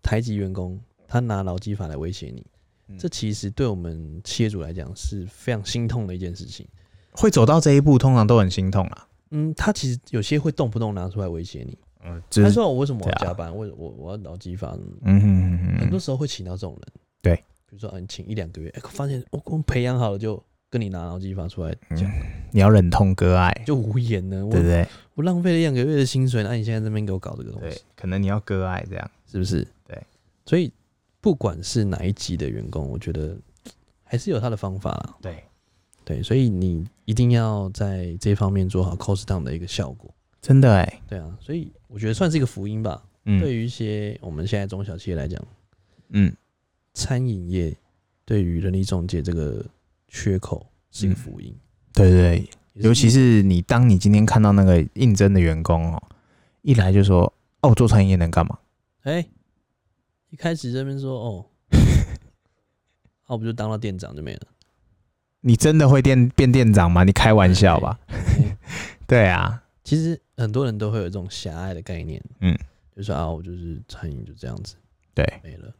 Speaker 1: 台籍员工他拿劳基法来威胁你，
Speaker 2: 嗯
Speaker 1: 这其实对我们企业主来讲是非常心痛的一件事情。
Speaker 2: 会走到这一步，通常都很心痛啊。
Speaker 1: 嗯，他其实有些会动不动拿出来威胁你。
Speaker 2: 嗯，
Speaker 1: 他
Speaker 2: 是
Speaker 1: 说：“我为什么我要
Speaker 2: 对啊
Speaker 1: 加班？为我我要劳基法什么的？”
Speaker 2: 嗯哼哼哼
Speaker 1: 很多时候会请到这种人。
Speaker 2: 对
Speaker 1: 比如说啊，你请一两个月，哎、发现我我培养好了就跟你拿劳基法出来讲，
Speaker 2: 你要忍痛割爱，
Speaker 1: 就无言呢。我
Speaker 2: 嗯对不对？
Speaker 1: 我浪费了一两个月的薪水，那、你现在这边给我搞这个东西
Speaker 2: 对，，可能你要割爱这样。
Speaker 1: 是不是？
Speaker 2: 对，
Speaker 1: 所以不管是哪一级的员工，我觉得还是有他的方法啦。
Speaker 2: 对，
Speaker 1: 对，所以你一定要在这方面做好 cost down 的一个效果。
Speaker 2: 真的哎、
Speaker 1: 对啊，所以我觉得算是一个福音吧。
Speaker 2: 嗯
Speaker 1: 对于一些我们现在中小企业来讲，
Speaker 2: 嗯，
Speaker 1: 餐饮业对于人力中介这个缺口是一个福音，
Speaker 2: 对对对，
Speaker 1: 也
Speaker 2: 嗯尤其是你当你今天看到那个应征的员工哦，一来就说哦，我做餐饮业能干嘛？
Speaker 1: 哎、一开始这边说
Speaker 2: [laughs]
Speaker 1: 哦，那、我不就当了店长就没了？
Speaker 2: 你真的会店变店长吗？你开玩笑吧？
Speaker 1: 哎
Speaker 2: [laughs] 对啊，
Speaker 1: 其实很多人都会有这种狭隘的概念，
Speaker 2: 嗯，
Speaker 1: 就是啊，我就是餐饮就这样子
Speaker 2: 对，
Speaker 1: 没了，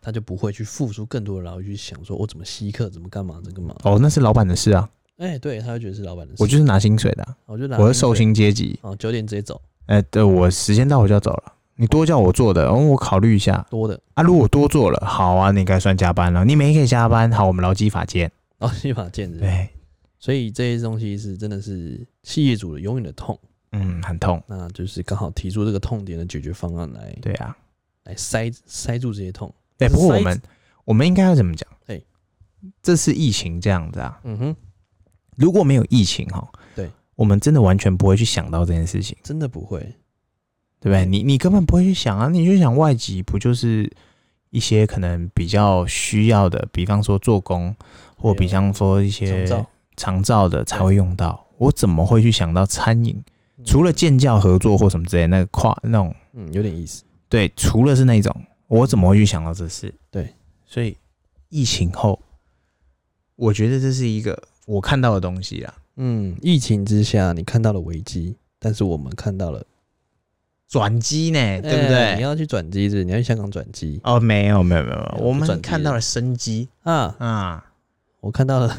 Speaker 1: 他就不会去付出更多的劳力去想说我怎么吸客，怎么干嘛，怎么干嘛？
Speaker 2: 哦，那是老板的事啊，
Speaker 1: 哎、对，他会觉得是老板的事，
Speaker 2: 我就是拿薪水的啊、
Speaker 1: 我就拿
Speaker 2: 我是
Speaker 1: 薪
Speaker 2: 受
Speaker 1: 水
Speaker 2: 薪阶级。
Speaker 1: 哦，九点直接走，
Speaker 2: 呃，对，我时间到我就要走了，你多叫我做的，然、后我考虑一下
Speaker 1: 多的，
Speaker 2: 啊。如果多做了，好啊，你该算加班了。你没可以加班，好，我们劳基法见。
Speaker 1: 然后去把见人。
Speaker 2: 对，
Speaker 1: 所以这些东西是真的是企业主的永远的痛，
Speaker 2: 嗯，很痛。
Speaker 1: 那就是刚好提出这个痛点的解决方案来
Speaker 2: 对啊，
Speaker 1: 来塞塞住这些痛。
Speaker 2: 对，
Speaker 1: 这
Speaker 2: 不过我
Speaker 1: 塞
Speaker 2: 们我们应该要怎么讲？
Speaker 1: 对，
Speaker 2: 这是疫情这样子啊。
Speaker 1: 嗯哼，
Speaker 2: 如果没有疫情哈，
Speaker 1: 对，
Speaker 2: 我们真的完全不会去想到这件事情，
Speaker 1: 真的不会，
Speaker 2: 对不对？你你根本不会去想啊，你就想外籍不就是一些可能比较需要的，比方说做工，或比方说一
Speaker 1: 创
Speaker 2: 些
Speaker 1: 造
Speaker 2: 啊长照的才会用到。我怎么会去想到餐饮？
Speaker 1: 嗯
Speaker 2: 除了建教合作或什么之类的那个跨那种，
Speaker 1: 嗯有点意思，
Speaker 2: 对，除了是那种，我怎么会去想到这事？
Speaker 1: 对，
Speaker 2: 所以疫情后，我觉得这是一个我看到的东西啦，
Speaker 1: 嗯，疫情之下你看到了危机，但是我们看到了，
Speaker 2: 转机呢，对不
Speaker 1: 哎你
Speaker 2: 对？
Speaker 1: 要去转机是不是你要去香港转机
Speaker 2: 哦，没有没有没有，没有
Speaker 1: 不
Speaker 2: 我们
Speaker 1: 转机
Speaker 2: 看到了生机
Speaker 1: 啊，
Speaker 2: 啊 [laughs]
Speaker 1: 我看到了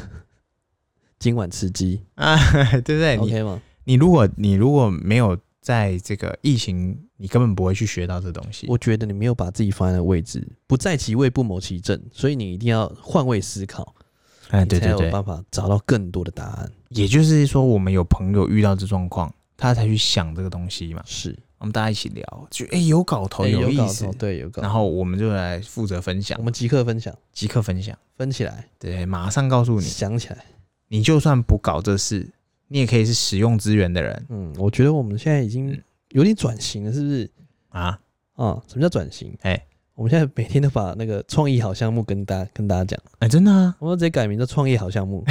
Speaker 1: [laughs] 今晚吃鸡
Speaker 2: 啊，对不对？你
Speaker 1: ，OK 吗？
Speaker 2: 你如果你如果没有在这个疫情，你根本不会去学到这东西。
Speaker 1: 我觉得你没有把自己放在位置，不在其位不谋其政，所以你一定要换位思考。
Speaker 2: 哎，
Speaker 1: 你
Speaker 2: 对
Speaker 1: 才
Speaker 2: 对
Speaker 1: 有
Speaker 2: 对，
Speaker 1: 办法找到更多的答案。
Speaker 2: 也就是说，我们有朋友遇到这状况，他才去想这个东西嘛。
Speaker 1: 是，
Speaker 2: 我们大家一起聊，就哎、有搞头，
Speaker 1: 哎有
Speaker 2: 意
Speaker 1: 搞
Speaker 2: 思
Speaker 1: 头，。对，有搞
Speaker 2: 然
Speaker 1: 头。
Speaker 2: 后我们就来负责分享
Speaker 1: 我，们即刻分享，
Speaker 2: 即刻分享，
Speaker 1: 分起来，
Speaker 2: 对，马上告诉你，
Speaker 1: 想起来。
Speaker 2: 你就算不搞这事，你也可以是使用资源的人
Speaker 1: 嗯，我觉得我们现在已经
Speaker 2: 嗯
Speaker 1: 有点转型了，是不是？
Speaker 2: 啊。
Speaker 1: [laughs] 啊，什么叫转型？
Speaker 2: 哎
Speaker 1: 我们现在每天都把那个创意好项目跟大家跟大家讲，
Speaker 2: 哎、真的啊，
Speaker 1: 我们直接改名叫创业好项
Speaker 2: [laughs]
Speaker 1: 目。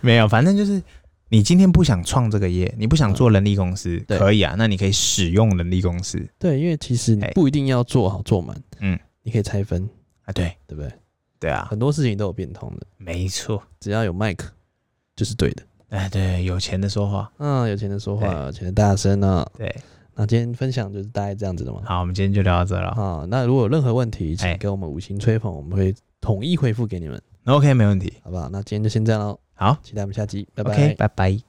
Speaker 2: 没有，反正就是你今天不想创这个业，你不想做人力公司，
Speaker 1: 嗯对
Speaker 2: 可以啊，那你可以使用人力公司
Speaker 1: 对，因为其实你
Speaker 2: 哎
Speaker 1: 不一定要做好做满，
Speaker 2: 嗯，
Speaker 1: 你可以拆分，
Speaker 2: 啊，对
Speaker 1: 对不对？
Speaker 2: 对啊，
Speaker 1: 很多事情都有变通的，
Speaker 2: 没错，
Speaker 1: 只要有麦克就是对的。
Speaker 2: 哎，对，有钱的说话，
Speaker 1: 嗯，有钱人说话，
Speaker 2: 对
Speaker 1: 有钱人大声啊。
Speaker 2: 对，
Speaker 1: 那今天分享就是大概这样子的嘛。
Speaker 2: 好，我们今天就聊到这了
Speaker 1: 啊，那如果有任何问题，请
Speaker 2: 哎
Speaker 1: 给我们五星吹捧，我们会统一回复给你们，
Speaker 2: ，OK，没问题，
Speaker 1: 好不好？那今天就先这样喽，
Speaker 2: 好
Speaker 1: 期待我们下集，拜拜。
Speaker 2: ，OK，拜拜。